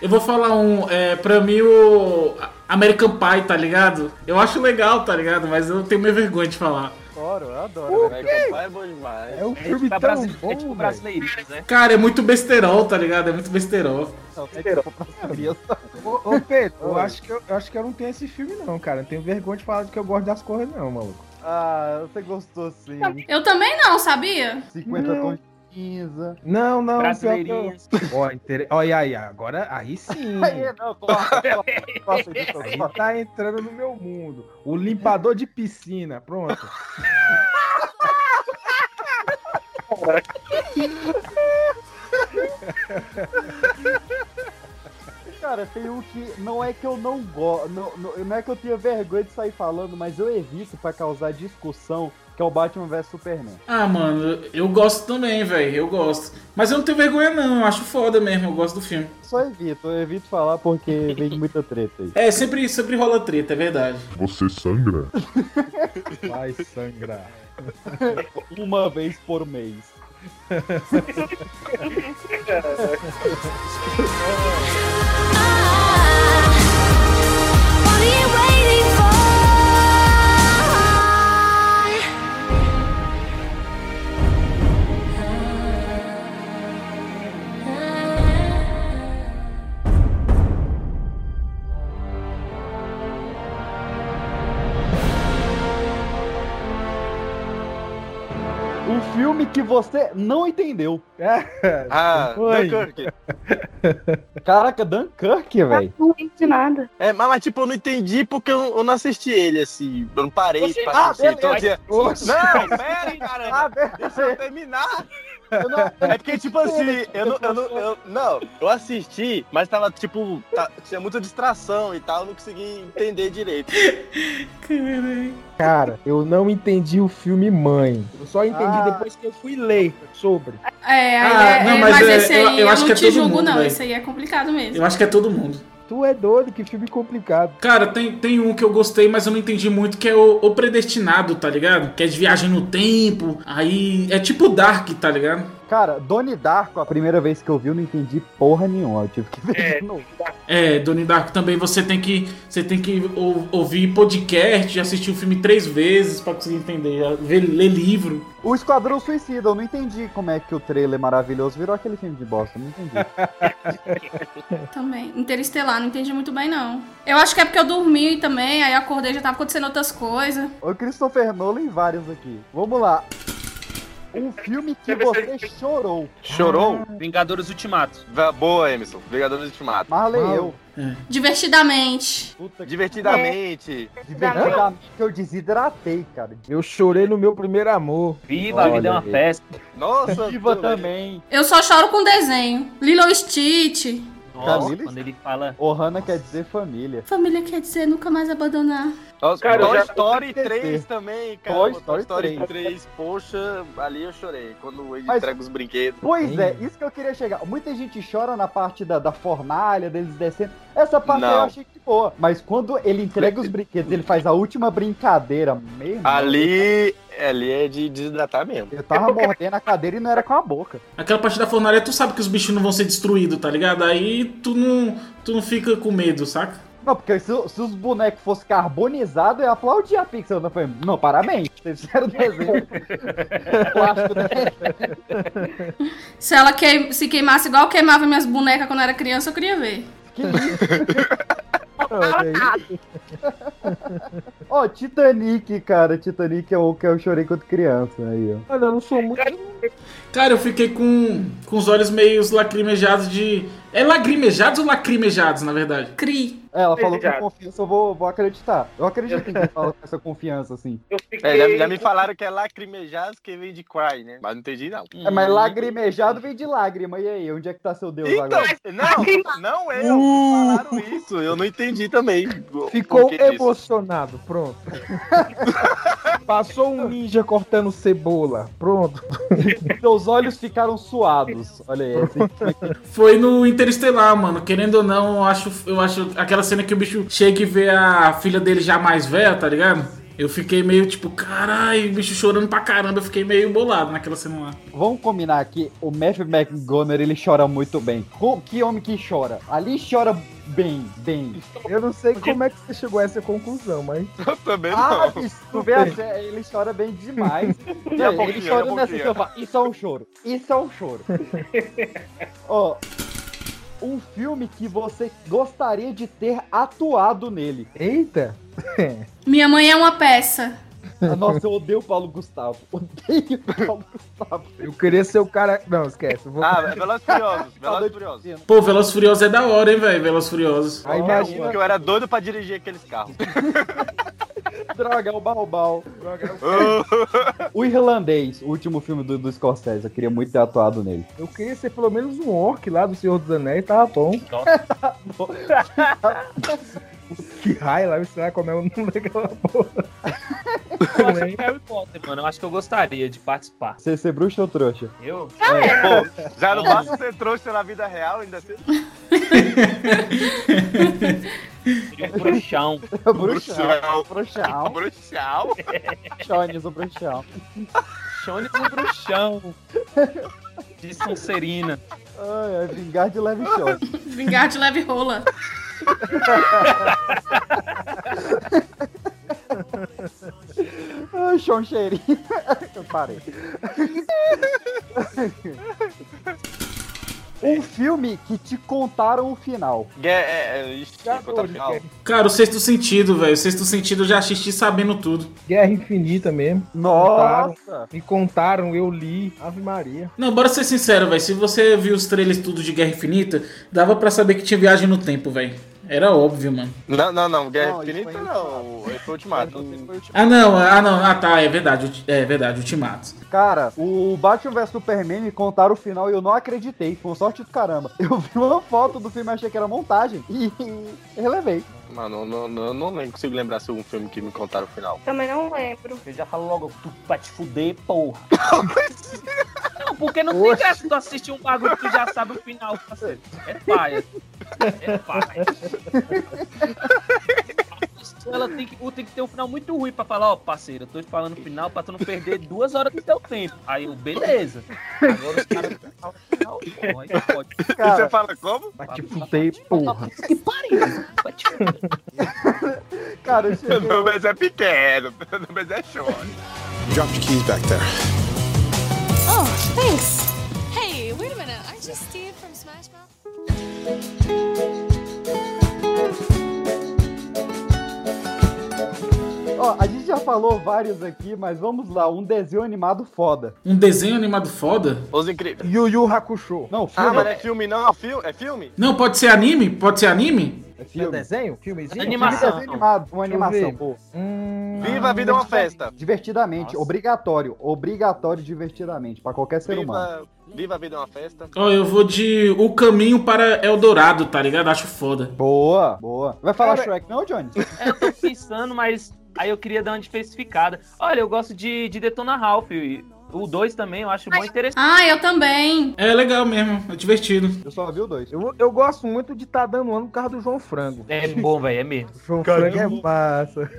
[SPEAKER 1] Eu vou falar um, é, pra mim o American Pie, tá ligado? Eu acho legal, tá ligado? Mas eu tenho minha vergonha de falar.
[SPEAKER 4] Adoro, eu adoro. velho.
[SPEAKER 3] American Pie é bom demais.
[SPEAKER 7] É um
[SPEAKER 5] É tipo,
[SPEAKER 7] filme
[SPEAKER 5] pra
[SPEAKER 7] tão
[SPEAKER 5] brasile...
[SPEAKER 7] bom,
[SPEAKER 5] é tipo
[SPEAKER 7] velho.
[SPEAKER 5] brasileirinhos, né?
[SPEAKER 1] Cara, é muito besterol, tá ligado? É muito besterol.
[SPEAKER 4] Não, tem que comprar cabeça.
[SPEAKER 7] Ô, ô, Pedro, eu acho, que eu, eu acho que eu não tenho esse filme, não, cara. Eu tenho vergonha de falar de que eu gosto das cores, não, maluco.
[SPEAKER 4] Ah, você gostou sim.
[SPEAKER 7] Tá
[SPEAKER 2] Eu também não, sabia?
[SPEAKER 4] 50
[SPEAKER 7] Não.
[SPEAKER 4] tons de cinza.
[SPEAKER 7] Não, não, pior
[SPEAKER 5] Brasileirinhos.
[SPEAKER 7] que eu- Ó, inter... ó, e aí, agora, aí sim.
[SPEAKER 4] Aí, é não, corta, corta, corta, editor,
[SPEAKER 7] Aí
[SPEAKER 4] corta.
[SPEAKER 7] tá entrando no meu mundo. O limpador de piscina, pronto.
[SPEAKER 4] Cara, tem um que não é que eu não gosto, não, não, não é que eu tenha vergonha de sair falando, mas eu evito pra causar discussão, que é o Batman vs Superman.
[SPEAKER 1] Ah, mano, eu gosto também, velho. Eu gosto. Mas eu não tenho vergonha, não. Eu acho foda mesmo. Eu gosto do filme.
[SPEAKER 4] Só evito, eu evito falar porque vem muita treta aí.
[SPEAKER 1] É, sempre, sempre rola treta, é verdade.
[SPEAKER 6] Você sangra?
[SPEAKER 7] Vai sangrar.
[SPEAKER 4] Uma vez por mês.
[SPEAKER 9] What are you waiting for?
[SPEAKER 4] Um filme que você não entendeu.
[SPEAKER 3] Ah,
[SPEAKER 7] Oi.
[SPEAKER 3] Dunkirk.
[SPEAKER 4] Caraca, Dunkirk, velho.
[SPEAKER 10] Não entendi nada.
[SPEAKER 3] É, mas, mas, tipo, eu não entendi porque eu, eu não assisti ele, assim. Eu não parei
[SPEAKER 5] Você-
[SPEAKER 3] pra assistir.
[SPEAKER 4] Ah,
[SPEAKER 3] todo dia. Não, pera,
[SPEAKER 4] Ah,
[SPEAKER 3] cara.
[SPEAKER 4] velho,
[SPEAKER 3] Deixa eu terminar.
[SPEAKER 4] eu não-
[SPEAKER 3] É porque, tipo assim, eu não, eu não, eu- não, eu assisti, mas tava, tipo, tá- tinha muita distração e tal, eu não consegui entender direito.
[SPEAKER 7] Cara, eu não entendi o filme Mãe. Eu só entendi
[SPEAKER 4] Ah.
[SPEAKER 7] depois que eu fui ler sobre.
[SPEAKER 2] É, aí
[SPEAKER 1] Ah,
[SPEAKER 2] é-
[SPEAKER 1] não,
[SPEAKER 2] é,
[SPEAKER 1] mas
[SPEAKER 2] mas,
[SPEAKER 1] é-
[SPEAKER 2] esse aí
[SPEAKER 1] eu-
[SPEAKER 2] eu,
[SPEAKER 1] eu acho
[SPEAKER 2] não
[SPEAKER 1] que é
[SPEAKER 2] te
[SPEAKER 1] todo
[SPEAKER 2] julgo,
[SPEAKER 1] mundo,
[SPEAKER 2] não.
[SPEAKER 1] velho.
[SPEAKER 2] Esse aí é complicado mesmo.
[SPEAKER 1] Eu acho que é todo mundo.
[SPEAKER 7] Tu é doido, que filme complicado.
[SPEAKER 1] Cara, tem, tem um que eu gostei, mas eu não entendi muito, que é o, o Predestinado, tá ligado? Que é de viagem no tempo. Aí. É tipo Dark, tá ligado?
[SPEAKER 4] Cara, Donnie Darko, a primeira vez que eu vi, eu não entendi porra nenhuma. Eu tive que ver de novo.
[SPEAKER 1] É, Donnie Dark também você tem que você tem que ou- ouvir podcast, assistir o filme três vezes pra conseguir entender, ver- ler livro.
[SPEAKER 4] O Esquadrão Suicida, eu não entendi como é que o trailer maravilhoso virou aquele filme de bosta, eu não entendi.
[SPEAKER 2] Também. Interestelar, não entendi muito bem, não. Eu acho que é porque eu dormi também, aí eu acordei já tava acontecendo outras coisas.
[SPEAKER 4] Ô Christopher Nolan, vários aqui. Vamos lá. Um filme que você chorou.
[SPEAKER 3] Chorou?
[SPEAKER 5] Vingadores Ultimato.
[SPEAKER 4] Ah.
[SPEAKER 3] Va- Boa, Emerson. Vingadores Ultimato.
[SPEAKER 4] Marley,
[SPEAKER 7] Mal.
[SPEAKER 4] eu.
[SPEAKER 2] Divertidamente.
[SPEAKER 4] Puta que
[SPEAKER 3] Divertidamente.
[SPEAKER 4] divertidamente eu desidratei, cara.
[SPEAKER 7] Eu chorei no meu primeiro amor.
[SPEAKER 5] Viva, a vida é uma
[SPEAKER 7] Olha aí.
[SPEAKER 5] festa.
[SPEAKER 3] Nossa,
[SPEAKER 4] Diva
[SPEAKER 3] tu-
[SPEAKER 4] também.
[SPEAKER 2] Eu só choro com desenho. Lilo Stitch.
[SPEAKER 5] Nossa,
[SPEAKER 4] Camila?
[SPEAKER 5] quando ele fala.
[SPEAKER 4] Ohana quer dizer família.
[SPEAKER 2] Família quer dizer nunca mais abandonar.
[SPEAKER 3] Nossa,
[SPEAKER 5] Cara,
[SPEAKER 3] Toy
[SPEAKER 5] eu já-
[SPEAKER 3] Story
[SPEAKER 4] Toy
[SPEAKER 3] 3 também, cara.
[SPEAKER 4] Toy Story 3.
[SPEAKER 3] 3. Poxa, ali eu chorei. Quando ele
[SPEAKER 4] Mas-
[SPEAKER 3] entrega os brinquedos.
[SPEAKER 4] Pois
[SPEAKER 7] Hein?
[SPEAKER 4] é, isso que eu queria chegar. Muita gente chora na parte da, da fornalha, deles descendo. Essa parte
[SPEAKER 3] Não.
[SPEAKER 4] eu achei que boa. Mas quando ele entrega os brinquedos, ele faz a última brincadeira mesmo.
[SPEAKER 3] Ali, É ali é de desidratar mesmo.
[SPEAKER 4] Eu tava mordendo a cadeira e não era com a boca.
[SPEAKER 1] Aquela parte da fornalha, tu sabe que os bichos não vão ser destruídos, tá ligado? Aí tu não tu não fica com medo, saca?
[SPEAKER 4] Não, porque se, se os bonecos fossem carbonizados, eu ia aplaudir a Pixar. Eu falei, não, parabéns, vocês fizeram desenho. Plástico, né?
[SPEAKER 2] Se ela queim- se queimasse igual eu queimava minhas bonecas quando eu era criança, eu queria ver.
[SPEAKER 4] Que lindo. Ó, Titanic, cara. Titanic é o que eu chorei quando criança. Aí, ó.
[SPEAKER 7] Olha, eu não sou muito.
[SPEAKER 1] Cara, eu fiquei com, com os olhos meio lacrimejados de. É lagrimejados ou lacrimejados, na verdade?
[SPEAKER 2] Cri.
[SPEAKER 4] É, Ela falou
[SPEAKER 5] Já.
[SPEAKER 4] com confiança, eu vou, vou acreditar. Eu acredito em quem fala com essa confiança, assim.
[SPEAKER 5] Eu
[SPEAKER 3] É, já, já me falaram que é lacrimejar que vem de cry, né? Mas não entendi, não.
[SPEAKER 4] É, mas lagrimejado vem de lágrima. E aí, onde é que tá seu Deus
[SPEAKER 3] Uhum. Então,
[SPEAKER 4] agora? Uh!
[SPEAKER 3] não, não é, eu. me Falaram isso, eu não entendi também. o- o
[SPEAKER 7] Ficou
[SPEAKER 3] que disso.
[SPEAKER 7] emocionado, pronto. Passou um ninja cortando cebola. Pronto.
[SPEAKER 4] Seus olhos ficaram suados. Olha aí. assim. essa
[SPEAKER 1] Foi no Interestelar, mano. Querendo ou não, eu acho, eu acho aquela cena que o bicho chega e vê a filha dele já mais velha, tá ligado? Eu fiquei meio tipo, caralho, o bicho chorando pra caramba. Eu fiquei meio bolado naquela cena lá.
[SPEAKER 4] Vamos combinar aqui, o Matthew McGonagall ele chora muito bem. Co- Que homem que chora? Ali chora bem, bem.
[SPEAKER 7] Eu não sei como é que você chegou a essa conclusão, mas.
[SPEAKER 3] Eu também
[SPEAKER 4] Ah,
[SPEAKER 3] não.
[SPEAKER 4] bicho, tu vê a sé- ele chora bem demais.
[SPEAKER 3] E a
[SPEAKER 4] Não,
[SPEAKER 3] boquinha,
[SPEAKER 4] ele
[SPEAKER 3] e
[SPEAKER 4] chora
[SPEAKER 3] a
[SPEAKER 4] nessa
[SPEAKER 3] boquinha?
[SPEAKER 4] samba. Isso é um choro. Isso é um choro. Ó, um filme que você gostaria de ter atuado nele.
[SPEAKER 7] Eita!
[SPEAKER 2] Minha mãe é uma peça.
[SPEAKER 4] Ah, Nossa, eu odeio o Paulo Gustavo. Odeio o Paulo Gustavo.
[SPEAKER 7] Eu queria ser o cara. Não, esquece. eu Vou...
[SPEAKER 3] Ah, Velozes e Furiosos. Velozes e
[SPEAKER 4] Saudade
[SPEAKER 3] Furiosos.
[SPEAKER 4] de-
[SPEAKER 1] Pô, Veloz Furiosos é da hora, hein, velho? Veloz Furiosos.
[SPEAKER 7] Aí
[SPEAKER 3] Eu
[SPEAKER 7] imagina.
[SPEAKER 3] lembro que eu era doido pra dirigir aqueles carros.
[SPEAKER 4] Droga, é o Balbal.
[SPEAKER 3] Oh,
[SPEAKER 4] O Irlandês, o último filme do, do Scorsese. Eu queria muito ter atuado nele.
[SPEAKER 7] Eu queria ser pelo menos um orc lá do Senhor dos Anéis, tava bom. Que raio lá, sei lá como é o nome daquela porra.
[SPEAKER 5] Eu acho que é Harry Potter, mano. Eu acho que eu gostaria de participar.
[SPEAKER 4] Você ser bruxo ou trouxa?
[SPEAKER 5] Eu?
[SPEAKER 3] Pô, já não basta ser trouxa na vida real, ainda ser
[SPEAKER 5] Seria um bruxão.
[SPEAKER 3] Bruxão.
[SPEAKER 4] Bruxão.
[SPEAKER 3] bruxal.
[SPEAKER 4] Chones, o bruxão.
[SPEAKER 5] Chone um bruxão. De Sonserina.
[SPEAKER 4] Ai, ai, vingar de leve chones.
[SPEAKER 2] Vingar de leve rola.
[SPEAKER 4] Ai, chão cheirinho. Eu parei. Um filme que te contaram o final.
[SPEAKER 3] É, é, é, ixi,
[SPEAKER 7] Já
[SPEAKER 3] conta
[SPEAKER 7] tô,
[SPEAKER 3] final.
[SPEAKER 7] gente.
[SPEAKER 1] Cara, o Sexto Sentido, velho. O Sexto Sentido eu já assisti sabendo tudo.
[SPEAKER 7] Guerra Infinita mesmo.
[SPEAKER 4] Nossa!
[SPEAKER 7] Me contaram, eu li. Ave Maria.
[SPEAKER 1] Não, bora ser sincero, velho. Se você viu os trailers tudo de Guerra Infinita, dava pra saber que tinha viagem no tempo, velho. Era óbvio, mano.
[SPEAKER 3] Não, não, não. Guerra
[SPEAKER 4] Não, isso
[SPEAKER 3] Infinita
[SPEAKER 4] foi
[SPEAKER 3] não. Esse foi o Ultimato.
[SPEAKER 1] Ah, não, ah, não. Ah, tá, é verdade. ulti- É verdade, Ultimato.
[SPEAKER 4] Cara, o Batman vs Superman me contaram o final e eu não acreditei. Com sorte do caramba. Eu vi uma foto do filme e achei que era montagem. E relevei.
[SPEAKER 3] Mano, não, não, eu não lembro, consigo lembrar se algum filme que me contaram o final.
[SPEAKER 9] Também não lembro.
[SPEAKER 5] Eu já falo logo, tu vai te fuder, porra. não, porque não tem graça tu assistir um bagulho que tu já sabe o final, parceiro. É paia. É paia. A pessoa, Ela tem que, tem que ter um final muito ruim pra falar, ó, parceiro, eu tô te falando o final pra tu não perder duas horas do teu tempo. Aí eu, beleza. Agora os caras vão falar o final, pô, aí pode.
[SPEAKER 4] Cara,
[SPEAKER 3] e você fala como?
[SPEAKER 7] Mas te fudei, porra.
[SPEAKER 5] Que pariu. Vai te fuder.
[SPEAKER 4] Cara, eu cheguei...
[SPEAKER 3] Não, mas é pequeno. Não, mas é show.
[SPEAKER 8] Drop your keys back there.
[SPEAKER 9] Oh, thanks. Hey, wait a minute. Aren't you Steve from Smash Mouth?
[SPEAKER 4] Ó, a gente já falou vários aqui, mas vamos lá, um desenho animado foda.
[SPEAKER 1] Um desenho animado foda?
[SPEAKER 3] Os incríveis.
[SPEAKER 7] Yu Yu Hakusho.
[SPEAKER 4] Não,
[SPEAKER 3] Ah,
[SPEAKER 4] filme.
[SPEAKER 3] mas não é filme não? É filme? É filme?
[SPEAKER 1] Não, pode ser anime? Pode ser anime?
[SPEAKER 4] é
[SPEAKER 7] Não É
[SPEAKER 4] filme.
[SPEAKER 7] desenho? Filmezinho?
[SPEAKER 5] Animação.
[SPEAKER 4] Filme, desenho animado, uma
[SPEAKER 7] Deixa eu
[SPEAKER 4] animação,
[SPEAKER 7] ver.
[SPEAKER 4] pô.
[SPEAKER 7] Hum,
[SPEAKER 3] Viva a vida é uma festa.
[SPEAKER 4] Divertidamente,
[SPEAKER 5] Nossa.
[SPEAKER 4] obrigatório, obrigatório divertidamente, pra qualquer ser humano.
[SPEAKER 3] Viva, viva a vida é uma festa.
[SPEAKER 1] Ó, eu vou de O Caminho para Eldorado, tá ligado? Acho foda.
[SPEAKER 4] Boa, boa. Vai falar
[SPEAKER 5] Cara-
[SPEAKER 4] Shrek não, Johnny?
[SPEAKER 5] Eu tô pensando, mas aí eu queria dar uma especificada. Olha, eu gosto de, de Detona Ralph. e O 2 também eu acho bom interessante.
[SPEAKER 2] Ah, eu também.
[SPEAKER 1] É legal mesmo, é divertido.
[SPEAKER 4] Eu só vi o dois.
[SPEAKER 7] Eu, eu gosto muito de tá dando ano por causa do João Frango.
[SPEAKER 5] É bom, velho, é mesmo.
[SPEAKER 7] O João
[SPEAKER 3] Cara,
[SPEAKER 7] Frango é massa.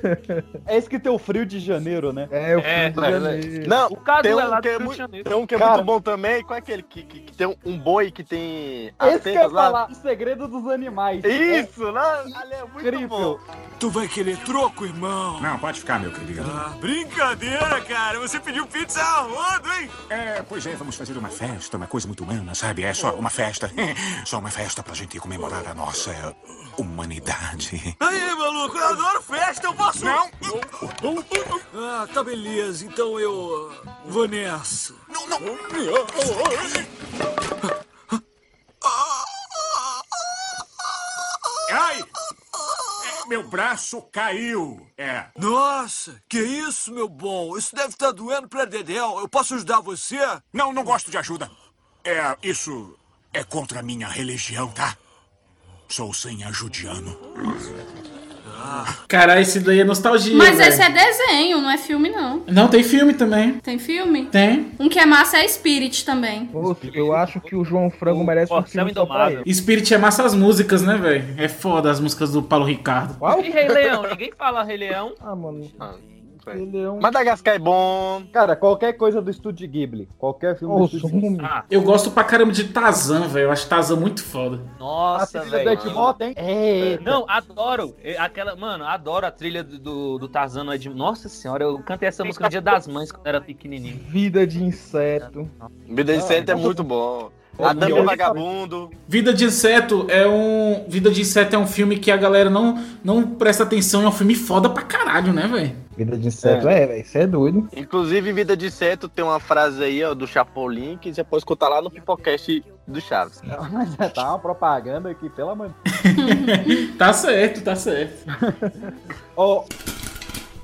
[SPEAKER 4] É esse que tem o frio de janeiro, né?
[SPEAKER 7] É, o
[SPEAKER 5] É,
[SPEAKER 7] Frango
[SPEAKER 3] é,
[SPEAKER 7] de
[SPEAKER 3] é.
[SPEAKER 7] janeiro.
[SPEAKER 3] Não,
[SPEAKER 5] O Cadu
[SPEAKER 3] tem um
[SPEAKER 5] é lá
[SPEAKER 3] que
[SPEAKER 5] do
[SPEAKER 3] é
[SPEAKER 5] Rio
[SPEAKER 3] muito-
[SPEAKER 5] de Janeiro.
[SPEAKER 3] Tem um que é
[SPEAKER 4] Cara.
[SPEAKER 3] muito bom também. Qual é aquele que, que- que tem um, um boi que tem as
[SPEAKER 4] Esse que eu ia
[SPEAKER 3] tetas lá?
[SPEAKER 4] falar, o segredo dos animais. É
[SPEAKER 3] Isso, lá. Ali é muito bom.
[SPEAKER 4] Incrível.
[SPEAKER 8] Tu vai querer troco, irmão? Ah,
[SPEAKER 6] Não, pode ficar, meu querido.
[SPEAKER 8] Brincadeira, cara. Você pediu pizza a rodo, hein?
[SPEAKER 6] É, pois é, vamos fazer uma festa, uma coisa muito humana, sabe? É só uma festa. Só uma festa pra gente comemorar a nossa humanidade.
[SPEAKER 8] Aí, maluco, eu adoro festa, eu posso... Não! Ah, tá beleza, então eu ah, vou nessa. Não, não!
[SPEAKER 6] Ai! É, Meu braço caiu. É.
[SPEAKER 8] Nossa, que isso, meu bom? Isso deve estar doendo pra Dedéu. Eu posso ajudar você?
[SPEAKER 6] Não, não gosto de ajuda. É, isso é contra a minha religião, tá? Sou sem ajudiano.
[SPEAKER 1] Cara, esse daí é nostalgia.
[SPEAKER 2] Mas
[SPEAKER 1] velho.
[SPEAKER 2] esse é desenho, não é filme, não.
[SPEAKER 1] Não, tem filme também.
[SPEAKER 2] Tem filme?
[SPEAKER 1] Tem.
[SPEAKER 2] Um que é massa é Spirit também.
[SPEAKER 7] Pô, eu acho que o João Frango merece um
[SPEAKER 5] Porcel
[SPEAKER 7] filme só pra
[SPEAKER 5] Indomável.
[SPEAKER 7] ele.
[SPEAKER 1] Spirit é massa as músicas, né, velho? É foda as músicas do Paulo Ricardo.
[SPEAKER 7] Qual?
[SPEAKER 5] E Rei Leão? Ninguém fala Rei Leão.
[SPEAKER 7] Ah, mano.
[SPEAKER 3] Ah, velho.
[SPEAKER 7] Ele é um...
[SPEAKER 3] Madagascar é bom.
[SPEAKER 4] Cara, qualquer coisa do estúdio Ghibli. Qualquer filme do
[SPEAKER 7] Ô,
[SPEAKER 4] estúdio Ghibli.
[SPEAKER 7] sumo.
[SPEAKER 5] Ah,
[SPEAKER 1] Eu gosto pra caramba de Tarzan, velho. Eu acho Tarzan muito foda.
[SPEAKER 4] A
[SPEAKER 5] nossa,
[SPEAKER 4] trilha do
[SPEAKER 5] velho.
[SPEAKER 4] Edmota, hein? É.
[SPEAKER 5] Ah, Não, adoro. É, Aquela, mano, adoro a trilha do, do, do Tarzan. no Ed- Nossa senhora, eu cantei essa música no Dia das Mães quando era pequenininho.
[SPEAKER 7] Vida de inseto.
[SPEAKER 3] Vida
[SPEAKER 4] Ah,
[SPEAKER 3] de Santa é muito bom. Adam
[SPEAKER 7] e
[SPEAKER 3] e
[SPEAKER 7] olha-
[SPEAKER 3] o Vagabundo.
[SPEAKER 1] Vida de Inseto é um. Vida de Inseto é um filme que a galera não, não presta atenção. É um filme foda pra caralho, né, velho?
[SPEAKER 7] Vida de inseto, é, velho. Isso é doido.
[SPEAKER 3] Inclusive, Vida de Inseto tem uma frase aí, ó, do Chapolin, que você pode escutar lá no Pipocast do Chaves.
[SPEAKER 4] Mas já tá uma propaganda aqui, pelo amor de
[SPEAKER 1] Tá certo, tá certo.
[SPEAKER 4] Ó,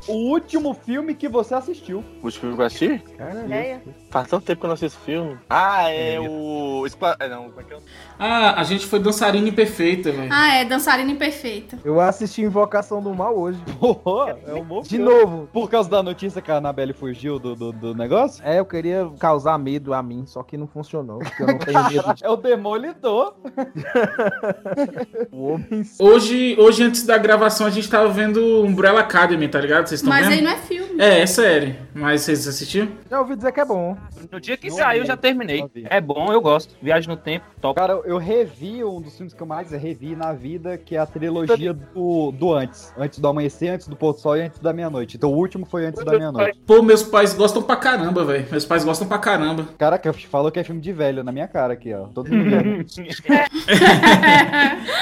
[SPEAKER 4] O último filme que você assistiu.
[SPEAKER 3] Os filmes que eu assisti?
[SPEAKER 7] Caralho.
[SPEAKER 3] Faz tanto tempo que eu não assisto filme. Ah, é o... Espla... é, Não, como é que é?
[SPEAKER 1] Ah, a gente foi dançarina imperfeita, velho.
[SPEAKER 2] Ah, é, Dançarina Imperfeita.
[SPEAKER 7] Eu assisti Invocação do Mal hoje.
[SPEAKER 4] Porra, é um bom
[SPEAKER 7] De
[SPEAKER 4] filme.
[SPEAKER 7] novo.
[SPEAKER 4] Por causa da notícia que a Anabelle fugiu do, do, do negócio?
[SPEAKER 7] É, eu queria causar medo a mim, só que não funcionou. Porque eu não tenho medo de
[SPEAKER 4] É o Demolidor.
[SPEAKER 7] homens.
[SPEAKER 1] Hoje, hoje, antes da gravação, a gente tava vendo Umbrella Academy, tá ligado? Vocês estão
[SPEAKER 2] Mas aí
[SPEAKER 1] vendo?
[SPEAKER 2] não é filme.
[SPEAKER 1] É, é série. Mas vocês assistiram?
[SPEAKER 7] Já ouvi dizer que é bom.
[SPEAKER 5] No dia que
[SPEAKER 4] Não,
[SPEAKER 5] saiu,
[SPEAKER 4] não.
[SPEAKER 5] já terminei.
[SPEAKER 4] Não vi.
[SPEAKER 5] É bom, eu gosto. Viagem no tempo, top.
[SPEAKER 4] Cara, eu revi um dos filmes que eu mais revi na vida, que é a trilogia do, do antes. Antes do amanhecer, antes do pôr do sol e antes da meia-noite. Então o último foi antes da meia-noite.
[SPEAKER 1] Pô, meus pais gostam pra caramba, velho. Meus pais gostam pra caramba.
[SPEAKER 4] Caraca, falou que é filme de velho na minha cara aqui, ó. Todo mundo vendo.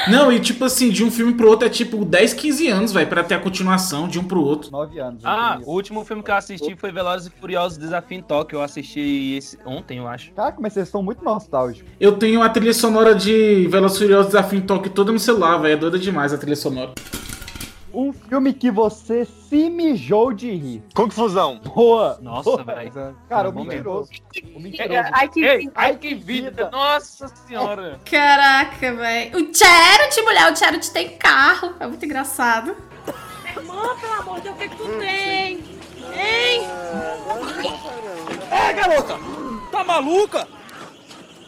[SPEAKER 1] Não, e tipo assim, de um filme pro outro é tipo 10, 15 anos, velho, pra ter a continuação de um pro outro.
[SPEAKER 4] Nove anos.
[SPEAKER 5] Ah,
[SPEAKER 4] eu
[SPEAKER 5] o
[SPEAKER 4] vi.
[SPEAKER 5] último filme que eu assisti foi Velozes e Furiosos Desafio em Tóquio. Eu assisti esse ontem, eu acho.
[SPEAKER 4] Caraca, mas vocês são muito nostálgicos.
[SPEAKER 1] Eu tenho a trilha sonora de Velozes e Furiosos Desafio em Tóquio toda no celular, velho. É doida demais a trilha sonora.
[SPEAKER 4] Um filme que você se mijou de rir.
[SPEAKER 3] Confusão.
[SPEAKER 4] Boa!
[SPEAKER 5] Nossa,
[SPEAKER 4] Boa. É,
[SPEAKER 5] velho. um
[SPEAKER 4] Cara, o
[SPEAKER 5] Bom
[SPEAKER 4] mentiroso. O mentiroso.
[SPEAKER 5] Ai que, Ei, ai, que
[SPEAKER 4] vida.
[SPEAKER 5] vida. Nossa senhora!
[SPEAKER 2] Caraca, velho. O Charity, mulher, o Charity tem carro. É muito engraçado. Irmã, pelo amor de Deus, o que, que tu tem? Hein?
[SPEAKER 10] É, garota! Tá maluca?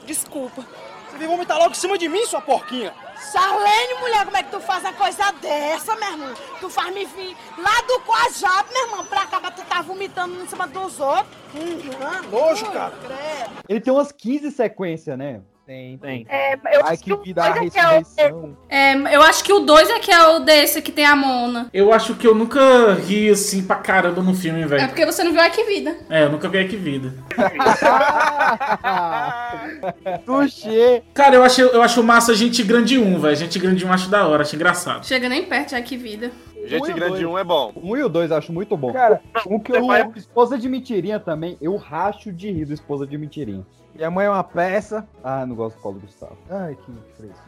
[SPEAKER 10] Desculpa. Você vem vomitar logo em cima de mim, sua porquinha?
[SPEAKER 11] Charlene, mulher, como é que tu faz uma coisa dessa, meu irmão? Tu faz me vir lá do Coajab, meu irmão, pra acabar tu tá vomitando em cima dos outros. Hum, hum,
[SPEAKER 10] Nojo,
[SPEAKER 11] hum,
[SPEAKER 10] cara.
[SPEAKER 11] credo.
[SPEAKER 4] Ele tem umas 15 sequências, né?
[SPEAKER 7] Tem.
[SPEAKER 5] Tem.
[SPEAKER 4] É,
[SPEAKER 7] Ai, que vida a ressurreição.
[SPEAKER 2] É, eu acho que o 2 é que é o desse que tem a Mona.
[SPEAKER 1] Eu acho que eu nunca ri assim pra caramba no filme,
[SPEAKER 2] É
[SPEAKER 1] velho.
[SPEAKER 2] porque você não viu a que vida.
[SPEAKER 1] É, eu nunca vi que vida.
[SPEAKER 4] Tuxê!
[SPEAKER 1] Cara, eu acho, eu acho massa Gente Grande 1, velho. Gente Grande 1 acho da hora, acho engraçado.
[SPEAKER 2] Chega nem perto de a que vida.
[SPEAKER 3] Gente
[SPEAKER 4] Muito
[SPEAKER 3] Grande
[SPEAKER 4] doido.
[SPEAKER 3] 1 é bom.
[SPEAKER 4] Um e o dois eu acho muito bom.
[SPEAKER 7] Cara, um que eu.
[SPEAKER 4] O Esposa de Mentirinha também, eu racho de rir do Esposa de Mentirinha.
[SPEAKER 7] Minha mãe é uma peça.
[SPEAKER 4] Ah, não gosto do Paulo Gustavo.
[SPEAKER 7] Ai, que fresco.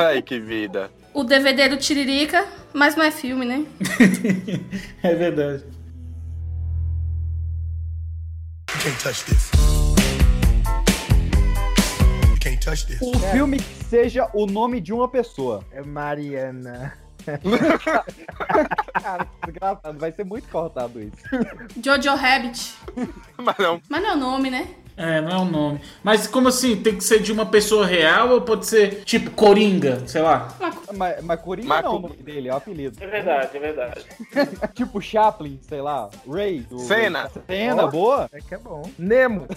[SPEAKER 3] Ai, que vida.
[SPEAKER 2] O DVD do Tiririca, mas não é filme, né?
[SPEAKER 1] É verdade.
[SPEAKER 8] Can't touch this. You Can't touch this.
[SPEAKER 4] Um filme que seja o nome de uma pessoa.
[SPEAKER 7] É Mariana.
[SPEAKER 4] Cara, que desgraçado, Tá vai ser muito cortado isso.
[SPEAKER 2] Jojo Rabbit.
[SPEAKER 3] Mas um não.
[SPEAKER 2] Mas não é o nome, né?
[SPEAKER 1] É, não é o nome. Mas como assim? Tem que ser de uma pessoa real ou pode ser tipo Coringa, sei lá?
[SPEAKER 4] Mas, mas Coringa
[SPEAKER 3] Marco-
[SPEAKER 4] não é o nome dele, é o apelido.
[SPEAKER 5] É verdade, é verdade.
[SPEAKER 4] Tipo Chaplin, sei lá, Ray. do-
[SPEAKER 3] Cena.
[SPEAKER 4] Cena, boa.
[SPEAKER 7] É que é bom. Nemo.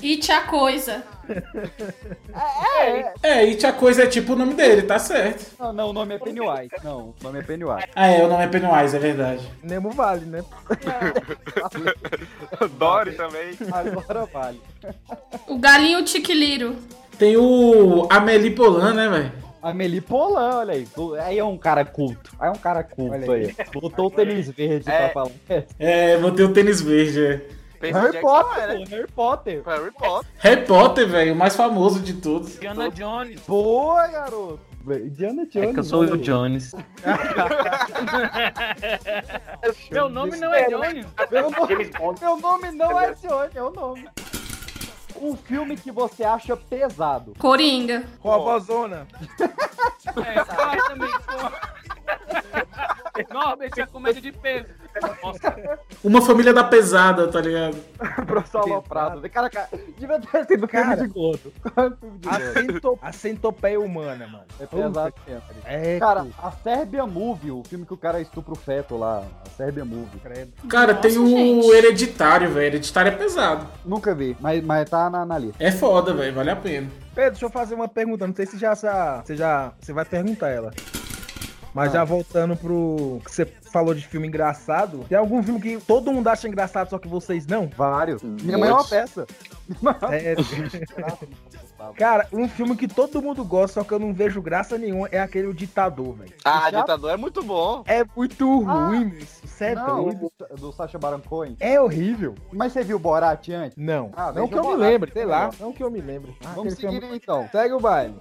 [SPEAKER 2] It a coisa.
[SPEAKER 1] É, e a coisa é tipo o nome dele, tá certo.
[SPEAKER 4] Não, não, o nome é Pennywise. Não, o nome é Pennywise.
[SPEAKER 1] Ah, é, o nome é Pennywise, é verdade.
[SPEAKER 7] Nemo vale, né?
[SPEAKER 3] Dory também.
[SPEAKER 4] Agora vale.
[SPEAKER 2] O galinho tiquiliro.
[SPEAKER 1] Tem o Amélie Polan, né, velho?
[SPEAKER 4] Amelie Polan, olha aí. Do- Aí é um cara culto. Aí é um cara culto
[SPEAKER 7] Olha aí.
[SPEAKER 4] aí. Botou o tênis verde
[SPEAKER 3] É.
[SPEAKER 4] pra falar. É,
[SPEAKER 1] É, botei o tênis verde, é.
[SPEAKER 4] Harry Potter, pô, Harry Potter.
[SPEAKER 3] Harry Potter.
[SPEAKER 1] Harry Potter, velho, o mais famoso de todos.
[SPEAKER 5] Diana Jones.
[SPEAKER 4] Boa, garoto. Diana Jones.
[SPEAKER 5] É que eu sou
[SPEAKER 4] olha
[SPEAKER 5] o
[SPEAKER 4] aí.
[SPEAKER 5] Jones. Meu nome não é Jones.
[SPEAKER 4] Meu nome, meu nome não é Johnny, é o nome. é Um filme que você acha pesado.
[SPEAKER 2] Coringa.
[SPEAKER 7] Robozona.
[SPEAKER 5] Norbert tinha comédia de peso. Nossa,
[SPEAKER 1] Uma família da pesada, tá ligado?
[SPEAKER 4] Professor Aloprado. Caraca, devia ter sido filme de gordo.
[SPEAKER 7] A, cento... a centopeia humana, mano.
[SPEAKER 4] É pesado mesmo.
[SPEAKER 7] É,
[SPEAKER 4] cara,
[SPEAKER 7] pô.
[SPEAKER 4] a Sérbia Movie, o filme que o cara estupra o feto lá. A Sérbia Movie.
[SPEAKER 1] Cara, tem o Hereditário, velho. Hereditário é pesado.
[SPEAKER 4] Nunca vi, mas, mas tá na, na lista.
[SPEAKER 1] É foda, velho. Vale a pena.
[SPEAKER 7] Pedro, deixa eu fazer uma pergunta. Não sei se já sa- você já você vai perguntar ela.
[SPEAKER 4] Ah.
[SPEAKER 7] Mas já voltando pro que você falou de filme engraçado, tem algum filme que todo mundo acha engraçado, só que vocês não?
[SPEAKER 4] Vários. Minha maior peça. Tá
[SPEAKER 7] É... Cara, um filme que todo mundo gosta, só que eu não vejo graça nenhuma, é aquele O Ditador, velho.
[SPEAKER 3] Ah, ditador é muito bom.
[SPEAKER 7] É muito ruim, meu. Isso é
[SPEAKER 4] Ah. Não,
[SPEAKER 7] doido.
[SPEAKER 4] do, do Sacha Baron Cohen.
[SPEAKER 7] É horrível.
[SPEAKER 4] Mas você viu o Borat antes?
[SPEAKER 7] Não.
[SPEAKER 4] Ah,
[SPEAKER 7] não
[SPEAKER 4] veja
[SPEAKER 7] que eu
[SPEAKER 4] o
[SPEAKER 7] me
[SPEAKER 4] Borat,
[SPEAKER 7] lembre, sei
[SPEAKER 4] é
[SPEAKER 7] lá.
[SPEAKER 4] melhor.
[SPEAKER 7] Não que eu me lembre. Ah,
[SPEAKER 4] Vamos
[SPEAKER 7] aquele filme-
[SPEAKER 4] seguir então. Segue o baile.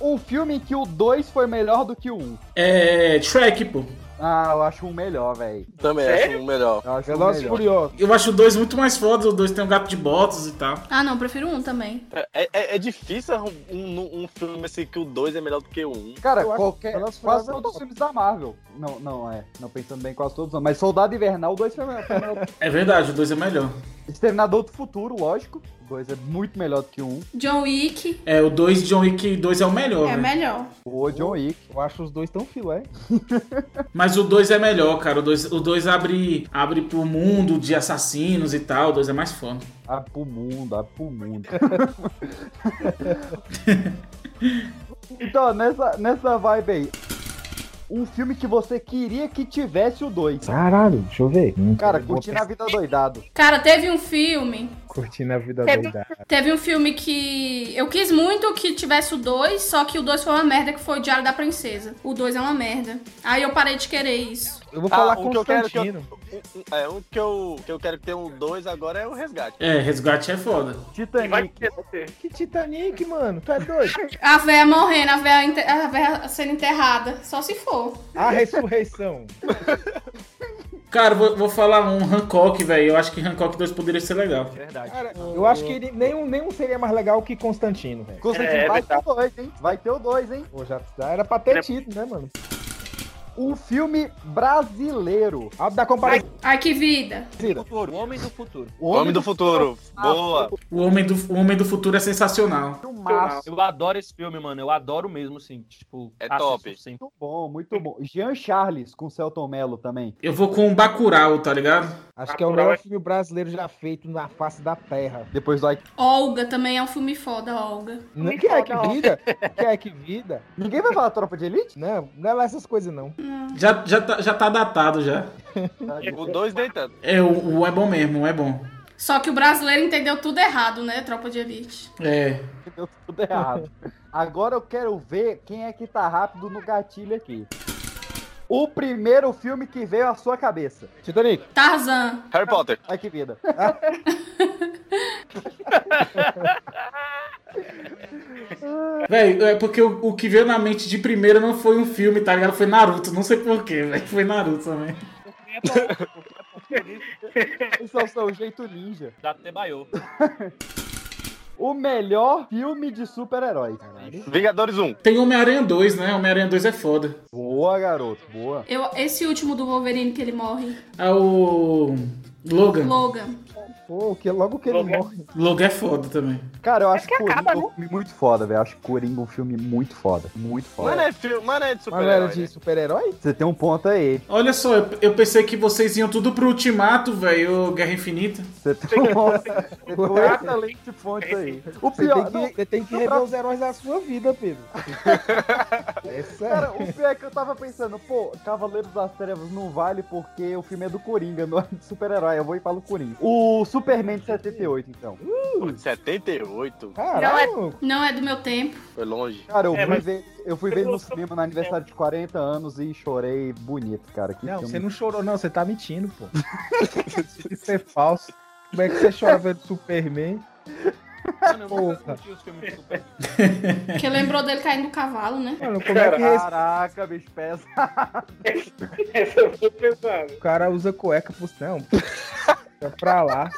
[SPEAKER 4] Um filme que o 2 foi melhor do que o 1. Um.
[SPEAKER 1] É. Shrek, pô.
[SPEAKER 4] Ah, eu acho um melhor, velho.
[SPEAKER 3] Também
[SPEAKER 1] Sério?
[SPEAKER 3] acho um melhor.
[SPEAKER 4] Eu acho um
[SPEAKER 7] Velozes e
[SPEAKER 4] melhor.
[SPEAKER 7] Furiosos.
[SPEAKER 1] Eu acho o dois muito mais foda. O dois tem um gato de botas e tal.
[SPEAKER 2] Ah, não, prefiro um também.
[SPEAKER 3] É, é- é difícil um, um, um filme assim que o 2 é melhor do que o 1. Um.
[SPEAKER 4] Cara,
[SPEAKER 7] Eu acho
[SPEAKER 4] qualquer,
[SPEAKER 7] Velozes e
[SPEAKER 4] quase
[SPEAKER 7] Furiosos é
[SPEAKER 4] todos os
[SPEAKER 7] top.
[SPEAKER 4] filmes da Marvel. Não, não, é. Não pensando bem quase todos, não. Mas Soldado Invernal, o 2 foi melhor. Foi melhor.
[SPEAKER 1] É verdade, o dois é melhor.
[SPEAKER 4] Exterminador do Futuro, lógico. O 2 é muito melhor do que o 1. Um.
[SPEAKER 2] John Wick
[SPEAKER 1] É, o 2 John Wick 2 é o melhor,
[SPEAKER 2] é
[SPEAKER 1] velho.
[SPEAKER 2] melhor.
[SPEAKER 4] O John Wick.
[SPEAKER 7] Eu acho os dois tão filé.
[SPEAKER 1] Mas o 2 é melhor, cara. O 2 o dois abre, abre pro mundo de assassinos e tal. O 2 é mais foda.
[SPEAKER 4] Abre pro mundo, abre pro mundo. então, nessa, nessa vibe aí. Um filme que você queria que tivesse o 2.
[SPEAKER 7] Caralho, deixa eu ver.
[SPEAKER 4] Cara, curtindo a vida doidado.
[SPEAKER 2] Cara, teve um filme.
[SPEAKER 7] Curtindo a vida
[SPEAKER 2] Teve-
[SPEAKER 7] doidada.
[SPEAKER 2] Teve um filme que eu quis muito que tivesse o 2, só que o 2 foi uma merda, que foi o Diário da Princesa. O 2 é uma merda. Aí eu parei de querer isso.
[SPEAKER 7] Eu vou
[SPEAKER 3] Ah,
[SPEAKER 7] falar
[SPEAKER 3] um que eu quero que eu-
[SPEAKER 7] Constantino.
[SPEAKER 3] Um- um- É, um que eu, que eu quero que tenha um 2 agora é o Resgate.
[SPEAKER 1] É, resgate é foda.
[SPEAKER 4] Titanic.
[SPEAKER 7] Que Titanic, mano. Tu é doido?
[SPEAKER 2] A véia morrendo, a véia, inte- a véia sendo enterrada. Só se for.
[SPEAKER 7] A ressurreição.
[SPEAKER 1] Cara, vou, vou falar um Hancock, velho. Eu acho que Hancock 2 poderia ser legal.
[SPEAKER 5] verdade.
[SPEAKER 7] Cara, eu acho que ele- nenhum, nenhum seria mais legal que Constantino, velho.
[SPEAKER 4] Constantino,
[SPEAKER 10] É, é
[SPEAKER 4] vai ter o 2, hein? Vai ter o 2, hein?
[SPEAKER 7] Pô, já já era pra ter tido, né, mano?
[SPEAKER 4] Um filme brasileiro.
[SPEAKER 7] Alto da comparação.
[SPEAKER 2] Ai, que vida.
[SPEAKER 5] O homem do futuro.
[SPEAKER 4] O
[SPEAKER 3] Homem do Futuro.
[SPEAKER 4] Ah,
[SPEAKER 3] Boa.
[SPEAKER 1] O Homem do, o Homem do Futuro é sensacional.
[SPEAKER 4] Futuro. um Filmaço.
[SPEAKER 5] Eu adoro esse filme, mano. Eu adoro mesmo, sim. Tipo,
[SPEAKER 3] É
[SPEAKER 5] assisto
[SPEAKER 3] top.
[SPEAKER 5] sempre.
[SPEAKER 4] Muito bom, muito bom. Jean Charles com Celton Mello também.
[SPEAKER 1] Eu vou com o Bacurau, tá ligado?
[SPEAKER 7] Acho que é o melhor filme brasileiro já feito na face da terra.
[SPEAKER 4] Depois do
[SPEAKER 2] Olga também é um filme foda, Olga.
[SPEAKER 7] Não, que é que vida? Que é que vida?
[SPEAKER 4] Ninguém vai falar Tropa de Elite?
[SPEAKER 7] Não, não é lá essas coisas, não.
[SPEAKER 1] Já, já, tá, já tá datado já.
[SPEAKER 3] O 2 nem tanto.
[SPEAKER 1] É, o, o é bom mesmo, o é bom.
[SPEAKER 2] Só que o brasileiro entendeu tudo errado, né? Tropa de Elite.
[SPEAKER 1] É.
[SPEAKER 4] Deu tudo errado. Agora eu quero ver quem é que tá rápido no gatilho aqui. O primeiro filme que veio à sua cabeça.
[SPEAKER 7] Titanic.
[SPEAKER 2] Tarzan.
[SPEAKER 3] Harry Potter.
[SPEAKER 4] Ai que vida.
[SPEAKER 1] Velho, é porque o, o que veio na mente de primeiro não foi um filme, tá ligado? Foi Naruto. Não sei porquê, velho. Foi Naruto também.
[SPEAKER 4] Esse é o seu jeito ninja.
[SPEAKER 5] Da Tebaiô.
[SPEAKER 4] O melhor filme de super-herói.
[SPEAKER 3] Vingadores 1.
[SPEAKER 1] Tem Homem-Aranha 2, né? Homem-Aranha 2 é foda.
[SPEAKER 4] Boa, garoto. Boa.
[SPEAKER 2] Eu, esse último do Wolverine que ele morre.
[SPEAKER 1] É o. Logan.
[SPEAKER 2] Logan.
[SPEAKER 7] Pô, que logo que ele morre.
[SPEAKER 1] Logan é foda também.
[SPEAKER 4] Cara, eu acho que Coringa é um filme muito foda, velho. Eu acho Coringa um filme muito foda. Muito foda.
[SPEAKER 3] Mano, é filme. Mano, é de
[SPEAKER 7] Mas não era
[SPEAKER 3] super-herói.
[SPEAKER 7] de
[SPEAKER 3] Né?
[SPEAKER 7] super-herói?
[SPEAKER 4] Você tem um ponto aí.
[SPEAKER 1] Olha só, eu, eu pensei que vocês iam tudo pro Ultimato, velho. Guerra Infinita.
[SPEAKER 4] Você tem um ponto. Você tem um excelente ponto aí. O
[SPEAKER 7] Você tem
[SPEAKER 4] pior,
[SPEAKER 7] que,
[SPEAKER 4] não,
[SPEAKER 7] você tem que rever os heróis da sua vida, Pedro. é sério.
[SPEAKER 4] Cara, o pior é que eu tava pensando, pô, Cavaleiros das Trevas não vale porque o filme é do Coringa, não é de super-herói. Eu vou e falo Coringa. O Superman de 78, então.
[SPEAKER 3] Pô, de 78.
[SPEAKER 7] Caralho,
[SPEAKER 2] Não é do meu tempo.
[SPEAKER 3] Foi longe.
[SPEAKER 4] Cara, eu
[SPEAKER 10] É,
[SPEAKER 4] fui
[SPEAKER 10] mas-
[SPEAKER 4] ver, eu fui ver no cinema no aniversário de 40 anos e chorei bonito, cara. Que
[SPEAKER 7] Não,
[SPEAKER 4] filme.
[SPEAKER 7] você não chorou, não. Você tá mentindo, pô. Isso é falso. Como é que você chora vendo Superman?
[SPEAKER 5] Mano, eu
[SPEAKER 7] Porra.
[SPEAKER 5] nunca assisti os filmes do Super.
[SPEAKER 2] Porque lembrou dele caindo do cavalo, né?
[SPEAKER 7] Mano, como é que esse
[SPEAKER 4] Caraca, bicho, pesa.
[SPEAKER 10] Essa foi pesada.
[SPEAKER 7] cara usa cueca pro... Não, Fica pra lá.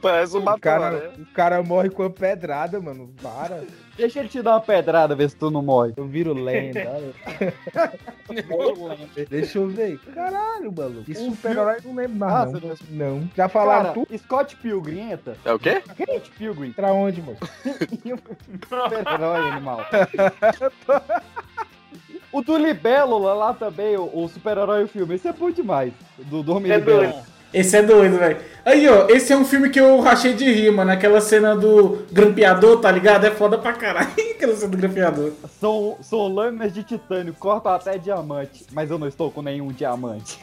[SPEAKER 3] Parece
[SPEAKER 7] um o cara,
[SPEAKER 4] né?
[SPEAKER 7] o cara morre com uma pedrada, mano. Para.
[SPEAKER 4] Deixa ele te dar uma pedrada, ver se tu não morre.
[SPEAKER 7] Eu viro lenda. olha. Deixa eu ver. Caralho, maluco. Isso super-herói não lembro mais,
[SPEAKER 4] Nossa,
[SPEAKER 7] não. Não. Já falaram
[SPEAKER 4] Cara,
[SPEAKER 7] tudo?
[SPEAKER 4] Scott Pilgrim entra.
[SPEAKER 3] É o quê?
[SPEAKER 4] Scott Pilgrim.
[SPEAKER 7] Pra onde, moço?
[SPEAKER 4] Super-herói, animal. O do Libélula lá também, o, o super-herói e o filme. Esse é bom demais. Do, do Homem
[SPEAKER 1] É
[SPEAKER 4] Libélula.
[SPEAKER 1] doido. Esse é doido, velho. Aí, ó, esse é um filme que eu rachei de rir, mano. Aquela cena do grampeador, tá ligado? É foda pra caralho. Aquela cena do grampeador.
[SPEAKER 4] São, são lâminas de titânio, cortam até diamante. Mas eu não estou com nenhum diamante.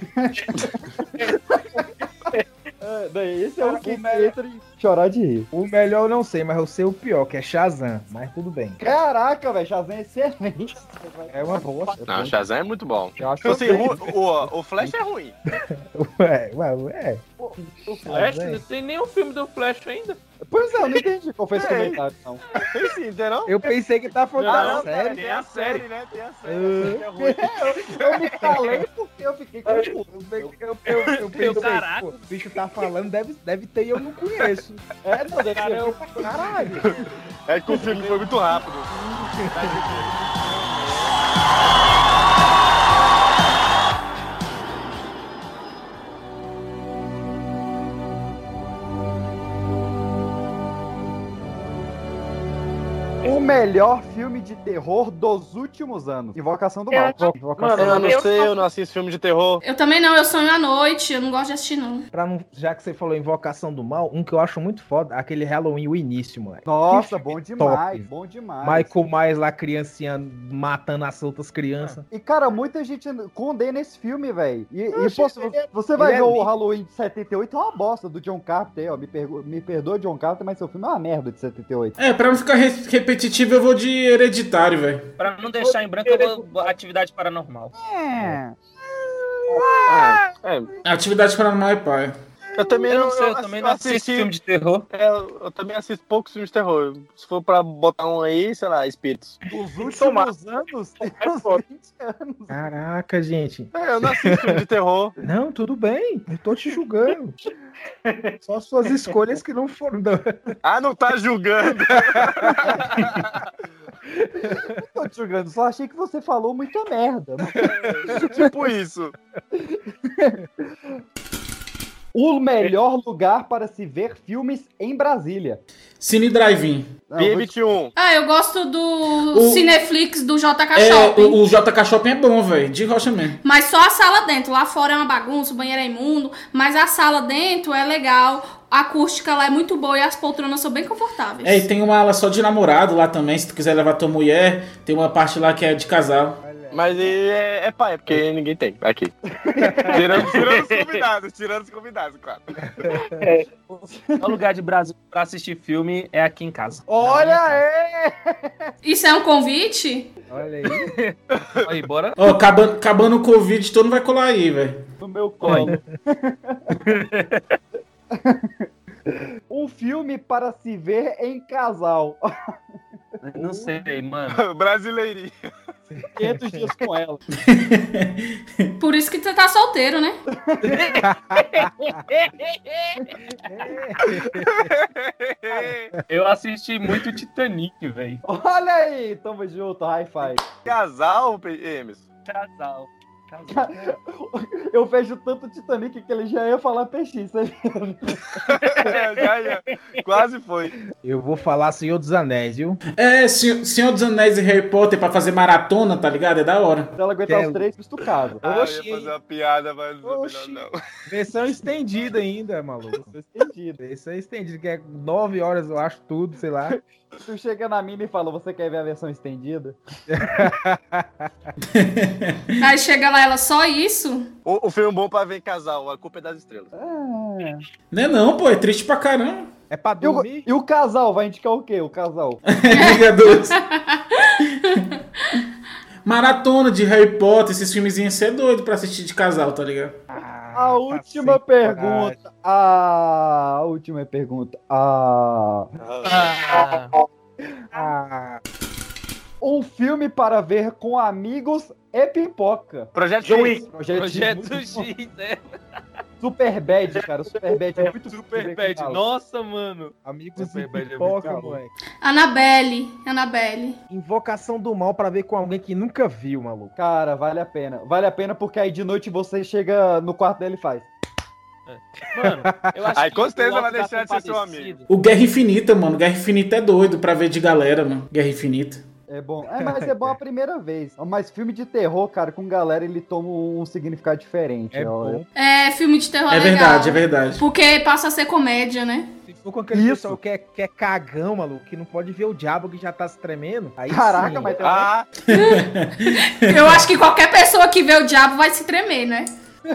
[SPEAKER 4] É, daí, esse é o que entra e chorar de rir.
[SPEAKER 7] O melhor eu não sei, mas eu sei o pior, que é Shazam. Mas tudo bem.
[SPEAKER 4] Caraca, velho, Shazam é excelente.
[SPEAKER 7] É uma boa.
[SPEAKER 3] Não, o Shazam é muito bom.
[SPEAKER 4] Eu acho
[SPEAKER 3] Tipo assim,
[SPEAKER 4] que-
[SPEAKER 3] o, o, o Flash é ruim.
[SPEAKER 7] Ué, É, ué, ué.
[SPEAKER 5] O Flash? né?
[SPEAKER 7] Ah, velho.
[SPEAKER 5] Não tem nenhum filme do Flash ainda.
[SPEAKER 4] Pois é, eu não entendi qual foi esse
[SPEAKER 3] É.
[SPEAKER 4] comentário, não.
[SPEAKER 3] Tem sim, entendeu?
[SPEAKER 7] Eu pensei que tá falando
[SPEAKER 3] Ah,
[SPEAKER 7] da
[SPEAKER 3] não,
[SPEAKER 7] série.
[SPEAKER 3] cara, tem a série, né? Tem a série.
[SPEAKER 7] Ah.
[SPEAKER 3] a série que é ruim.
[SPEAKER 4] Eu me calei porque eu fiquei confuso. né?
[SPEAKER 7] Eu, eu, eu, eu pensei,
[SPEAKER 5] Caraca.
[SPEAKER 7] pô, o bicho tá falando, deve, deve ter e eu não conheço.
[SPEAKER 4] É, não, deve ser.
[SPEAKER 7] Caralho.
[SPEAKER 3] É que o filme foi muito rápido.
[SPEAKER 4] O melhor filme de terror dos últimos anos. Invocação do Mal. Invocação
[SPEAKER 3] Mano, eu não
[SPEAKER 10] eu
[SPEAKER 3] sei,
[SPEAKER 10] não-
[SPEAKER 3] eu não assisto filme de terror.
[SPEAKER 2] Eu também não, eu sonho à noite, eu não gosto de assistir, não.
[SPEAKER 7] Pra não, já que você falou Invocação do Mal, um que eu acho muito foda, aquele Halloween, o início, moleque.
[SPEAKER 4] Nossa, bom demais,
[SPEAKER 7] Top.
[SPEAKER 4] bom demais.
[SPEAKER 7] Michael Myers lá, criancinha, matando as outras crianças.
[SPEAKER 4] E, cara, muita gente condena esse filme, velho. E, e, pô, se você- você
[SPEAKER 7] ele
[SPEAKER 4] vai
[SPEAKER 7] é
[SPEAKER 4] ver o
[SPEAKER 7] lindo.
[SPEAKER 4] Halloween de 78, é uma bosta do John Carpenter. Ó, me, pergo- me perdoa, John Carpenter, mas seu filme é uma merda de 78.
[SPEAKER 1] É, pra não ficar re- repetitivo, eu vou de hereditário, velho.
[SPEAKER 5] Pra não deixar em branco, eu vou atividade paranormal.
[SPEAKER 4] É.
[SPEAKER 3] É,
[SPEAKER 1] Atividade paranormal é pai.
[SPEAKER 3] eu também
[SPEAKER 5] Eu
[SPEAKER 3] não,
[SPEAKER 5] não sei, eu também não assisto
[SPEAKER 3] assisti.
[SPEAKER 5] filme de terror.
[SPEAKER 3] é, eu também assisto poucos filmes de terror. Se for pra botar um aí, sei lá, espíritos.
[SPEAKER 4] Os
[SPEAKER 3] Tomar.
[SPEAKER 4] últimos anos tem
[SPEAKER 3] É
[SPEAKER 4] uns
[SPEAKER 3] foda.
[SPEAKER 4] 20 anos.
[SPEAKER 7] Caraca, gente.
[SPEAKER 3] É, eu não assisto filme de terror.
[SPEAKER 7] Não, tudo bem. Eu tô te julgando. Só suas escolhas que não foram. Não.
[SPEAKER 3] Ah, não tá julgando.
[SPEAKER 4] Não tô te julgando, só achei que você falou muita merda.
[SPEAKER 3] tipo isso.
[SPEAKER 4] O melhor lugar para se ver filmes em Brasília.
[SPEAKER 1] Cine Drive-In.
[SPEAKER 4] Não, eu vou te-
[SPEAKER 3] B21.
[SPEAKER 2] Ah, eu gosto do
[SPEAKER 1] O-
[SPEAKER 2] Cineflix do JK
[SPEAKER 1] É,
[SPEAKER 2] Shopping.
[SPEAKER 1] o, o JK Shopping é bom, velho. De rocha mesmo.
[SPEAKER 2] Mas só a sala dentro. Lá fora é uma bagunça, o banheiro é imundo. Mas a sala dentro é legal. A acústica lá é muito boa e as poltronas são bem confortáveis.
[SPEAKER 1] É, e tem uma ala só de namorado lá também, se tu quiser levar tua mulher. Tem uma parte lá que é de casal.
[SPEAKER 3] Mas é, é pai, porque ninguém tem. Aqui. Tirando, tirando os convidados, tirando os convidados, claro.
[SPEAKER 5] O melhor lugar de Brasil pra assistir filme é aqui em casa.
[SPEAKER 4] Olha aí!
[SPEAKER 2] Isso é um convite?
[SPEAKER 7] Olha aí.
[SPEAKER 5] Aí, bora.
[SPEAKER 1] Ó, acabando, acabando o Covid, todo mundo vai colar aí, velho.
[SPEAKER 4] No meu colo. um filme para se ver em casal.
[SPEAKER 5] Não sei, mano.
[SPEAKER 3] Brasileirinho.
[SPEAKER 4] 500 dias com ela.
[SPEAKER 2] Por isso que você tá solteiro, né?
[SPEAKER 5] Eu assisti muito Titanic, velho.
[SPEAKER 4] Olha aí, tamo junto, high five.
[SPEAKER 3] Casal, Emerson.
[SPEAKER 5] Casal. Casal.
[SPEAKER 4] Eu vejo tanto Titanic que ele já ia falar peixe. isso aí.
[SPEAKER 3] É, já, ia. Quase foi.
[SPEAKER 7] Eu vou falar Senhor dos Anéis, viu?
[SPEAKER 1] É, Sen- Senhor dos Anéis e Harry Potter pra fazer maratona, tá ligado? É da hora.
[SPEAKER 4] Se ela aguentar
[SPEAKER 7] Quero.
[SPEAKER 4] os três, tu casa.
[SPEAKER 3] Ah, eu
[SPEAKER 7] Oxi.
[SPEAKER 3] ia fazer uma piada, mas não, é melhor
[SPEAKER 7] Oxi.
[SPEAKER 3] não.
[SPEAKER 7] Versão estendida ainda, maluco.
[SPEAKER 4] Entendido.
[SPEAKER 7] Versão estendida, que é nove horas, eu acho, tudo, sei lá.
[SPEAKER 4] Tu chega na mina e fala, você quer ver a versão estendida?
[SPEAKER 2] Aí chega lá ela, só isso?
[SPEAKER 3] O, o filme bom pra ver em casal, A Culpa é das Estrelas.
[SPEAKER 1] Não é não, pô, é triste pra caramba.
[SPEAKER 7] É pra
[SPEAKER 4] E o,
[SPEAKER 7] dormir?
[SPEAKER 4] e o casal? Vai indicar o quê? O casal?
[SPEAKER 1] Vingadores. Maratona de Harry Potter, esses filmezinhos, você é doido pra assistir de casal, tá ligado?
[SPEAKER 7] Ah,
[SPEAKER 4] A
[SPEAKER 7] tá
[SPEAKER 4] última
[SPEAKER 7] sem coragem.
[SPEAKER 4] pergunta. Ah, A última pergunta. A...
[SPEAKER 5] Ah,
[SPEAKER 7] Ah,
[SPEAKER 4] Um filme para ver com amigos e pipoca.
[SPEAKER 3] Projeto
[SPEAKER 4] John
[SPEAKER 3] X.
[SPEAKER 4] Wick. Projeto, é
[SPEAKER 5] projeto
[SPEAKER 4] X.
[SPEAKER 5] X, é né?
[SPEAKER 4] Superbad, cara. Superbad é muito
[SPEAKER 5] Superbad, nossa, mano.
[SPEAKER 7] Amigos Superbad pipoca,
[SPEAKER 4] muito bom.
[SPEAKER 7] moleque.
[SPEAKER 2] Anabelle, Anabelle.
[SPEAKER 4] Invocação do mal pra ver com alguém que nunca viu, maluco. Cara, vale a pena. Vale a pena porque aí de noite você chega no quarto dele e faz.
[SPEAKER 5] Mano,
[SPEAKER 3] eu acho Aí, com certeza,
[SPEAKER 1] ela
[SPEAKER 3] vai deixar de ser seu amigo.
[SPEAKER 1] O Guerra Infinita, mano. Guerra Infinita é doido pra ver de galera, mano. Guerra Infinita.
[SPEAKER 4] É bom. É, mas é bom a primeira vez. Mas filme de terror, cara, com galera, ele toma um significado diferente. É bom.
[SPEAKER 2] É, filme de terror
[SPEAKER 1] É
[SPEAKER 2] legal.
[SPEAKER 1] verdade, é verdade.
[SPEAKER 2] Porque passa a ser comédia, né?
[SPEAKER 7] Ou com aquele pessoal que é, que é cagão, maluco, que não pode ver o diabo que já tá se tremendo. Aí
[SPEAKER 4] Caraca,
[SPEAKER 7] sim.
[SPEAKER 4] mas tem-
[SPEAKER 7] Ah,
[SPEAKER 2] Eu acho que qualquer pessoa que vê o diabo vai se tremer, né?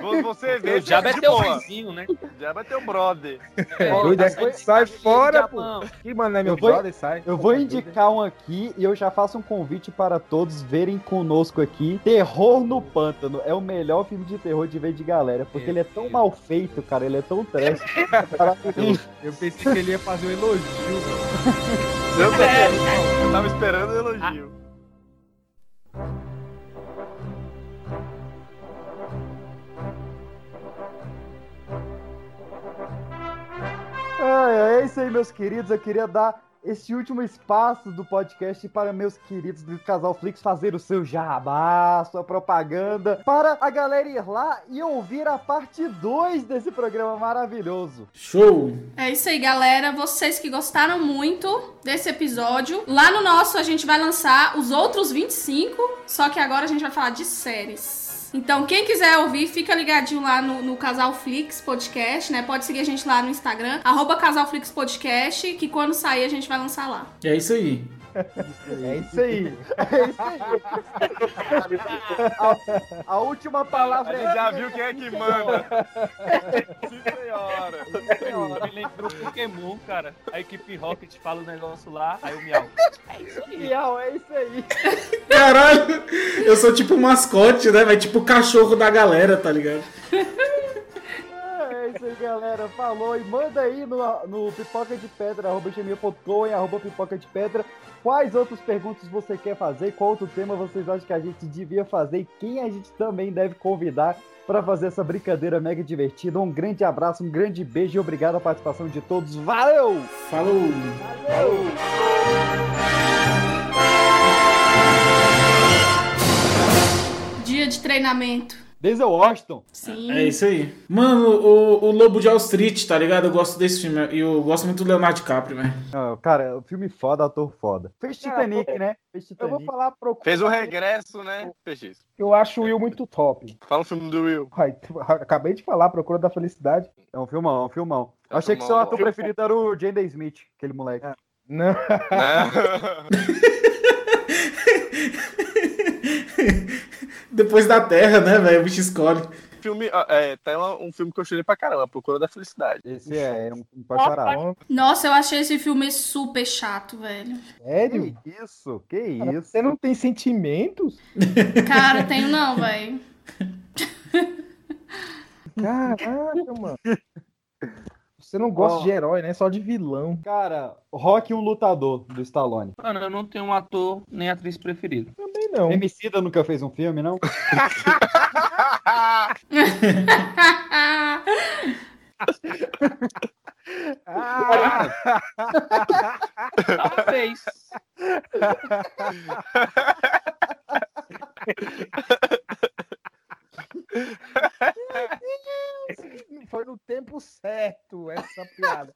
[SPEAKER 3] Vo- Você vê.
[SPEAKER 5] O diabo é
[SPEAKER 3] de
[SPEAKER 5] teu
[SPEAKER 3] boa.
[SPEAKER 5] vizinho, né?
[SPEAKER 3] O diabo é teu brother.
[SPEAKER 7] é, doido, é, sai fora, pô. Que mano, é meu
[SPEAKER 4] Eu vou-
[SPEAKER 7] brother, sai.
[SPEAKER 4] Eu vou indicar um aqui e eu já faço um convite para todos verem conosco aqui. Terror no Pântano é o melhor filme de terror de ver de galera, porque ele é tão mal feito, cara, ele é tão trash.
[SPEAKER 7] Eu pensei que ele ia fazer um elogio.
[SPEAKER 3] Eu, também. eu tava esperando o elogio.
[SPEAKER 4] É, é isso aí, meus queridos. Eu queria dar esse último espaço do podcast para meus queridos do Casal Flix fazer o seu jabá, sua propaganda, para a galera ir lá e ouvir a parte 2 desse programa maravilhoso.
[SPEAKER 1] Show!
[SPEAKER 2] É isso aí, galera. Vocês que gostaram muito desse episódio, lá no nosso a gente vai lançar os outros 25, só que agora a gente vai falar de séries. Então, quem quiser ouvir, fica ligadinho lá no, no Casal Flix Podcast, né? Pode seguir a gente lá no Instagram, arroba Casal Flix Podcast, que quando sair a gente vai lançar lá.
[SPEAKER 1] É isso aí.
[SPEAKER 4] É isso aí. É isso aí. A, a última palavra
[SPEAKER 3] Você
[SPEAKER 4] é minha.
[SPEAKER 3] já viu quem é que manda. Sim, senhora.
[SPEAKER 5] Me lembrou Pokémon, cara. A equipe Rocket fala o negócio lá, aí o miau. É isso aí.
[SPEAKER 4] Miau, é isso aí.
[SPEAKER 1] Caralho, eu sou tipo o mascote, né? Vai tipo o cachorro da galera, tá ligado?
[SPEAKER 4] É isso aí, galera. Falou e manda aí no, no pipoca de pedra, arroba gmail.com e arroba pipoca de pedra. Quais outras perguntas você quer fazer? Qual outro tema vocês acham que a gente devia fazer? E quem a gente também deve convidar para fazer essa brincadeira mega divertida? Um grande abraço, um grande beijo e obrigado à participação de todos. Valeu!
[SPEAKER 1] Falou!
[SPEAKER 2] Dia de treinamento.
[SPEAKER 4] Denzel Washington.
[SPEAKER 2] Sim.
[SPEAKER 1] É isso aí. Mano, o, o Lobo de Wall Street, tá ligado? Eu gosto desse filme. E eu gosto muito do Leonardo DiCaprio, né? velho.
[SPEAKER 4] Ah, cara, filme foda, ator foda. Fez Titanic, né? Fez Titanic.
[SPEAKER 7] Eu vou falar pro
[SPEAKER 3] Fez o regresso, né? Peixe.
[SPEAKER 7] Eu acho o Will muito top.
[SPEAKER 3] Fala um filme do Will.
[SPEAKER 7] Ai, tu- acabei de falar, Procura da Felicidade.
[SPEAKER 4] É um filmão, é um filmão.
[SPEAKER 3] É
[SPEAKER 4] Eu
[SPEAKER 3] um
[SPEAKER 4] Achei que seu
[SPEAKER 3] filmão,
[SPEAKER 4] ator
[SPEAKER 3] ó.
[SPEAKER 4] preferido era o Jaden Smith, aquele
[SPEAKER 7] É.
[SPEAKER 4] moleque.
[SPEAKER 7] Não.
[SPEAKER 3] né?
[SPEAKER 1] Depois da Terra, né, velho? O bicho escolhe.
[SPEAKER 3] filme, ah, é, tem uma- um filme que eu chorei pra caramba, A Procura da Felicidade.
[SPEAKER 4] Esse é, é um filme pra chorar.
[SPEAKER 2] Nossa, eu achei esse filme super chato, velho.
[SPEAKER 7] Sério?
[SPEAKER 4] Que isso? Que isso?
[SPEAKER 7] Você não tem sentimentos?
[SPEAKER 2] Cara, tenho não, velho.
[SPEAKER 7] Caraca, mano. Você não gosta
[SPEAKER 4] Ó.
[SPEAKER 7] de herói, né? Só de vilão.
[SPEAKER 4] Cara, Rock um lutador do Stallone.
[SPEAKER 5] Mano, eu não tenho um ator nem atriz preferido.
[SPEAKER 7] Também não.
[SPEAKER 4] Emicida nunca fez um filme, não?
[SPEAKER 5] Talvez.
[SPEAKER 7] Foi no tempo certo essa piada.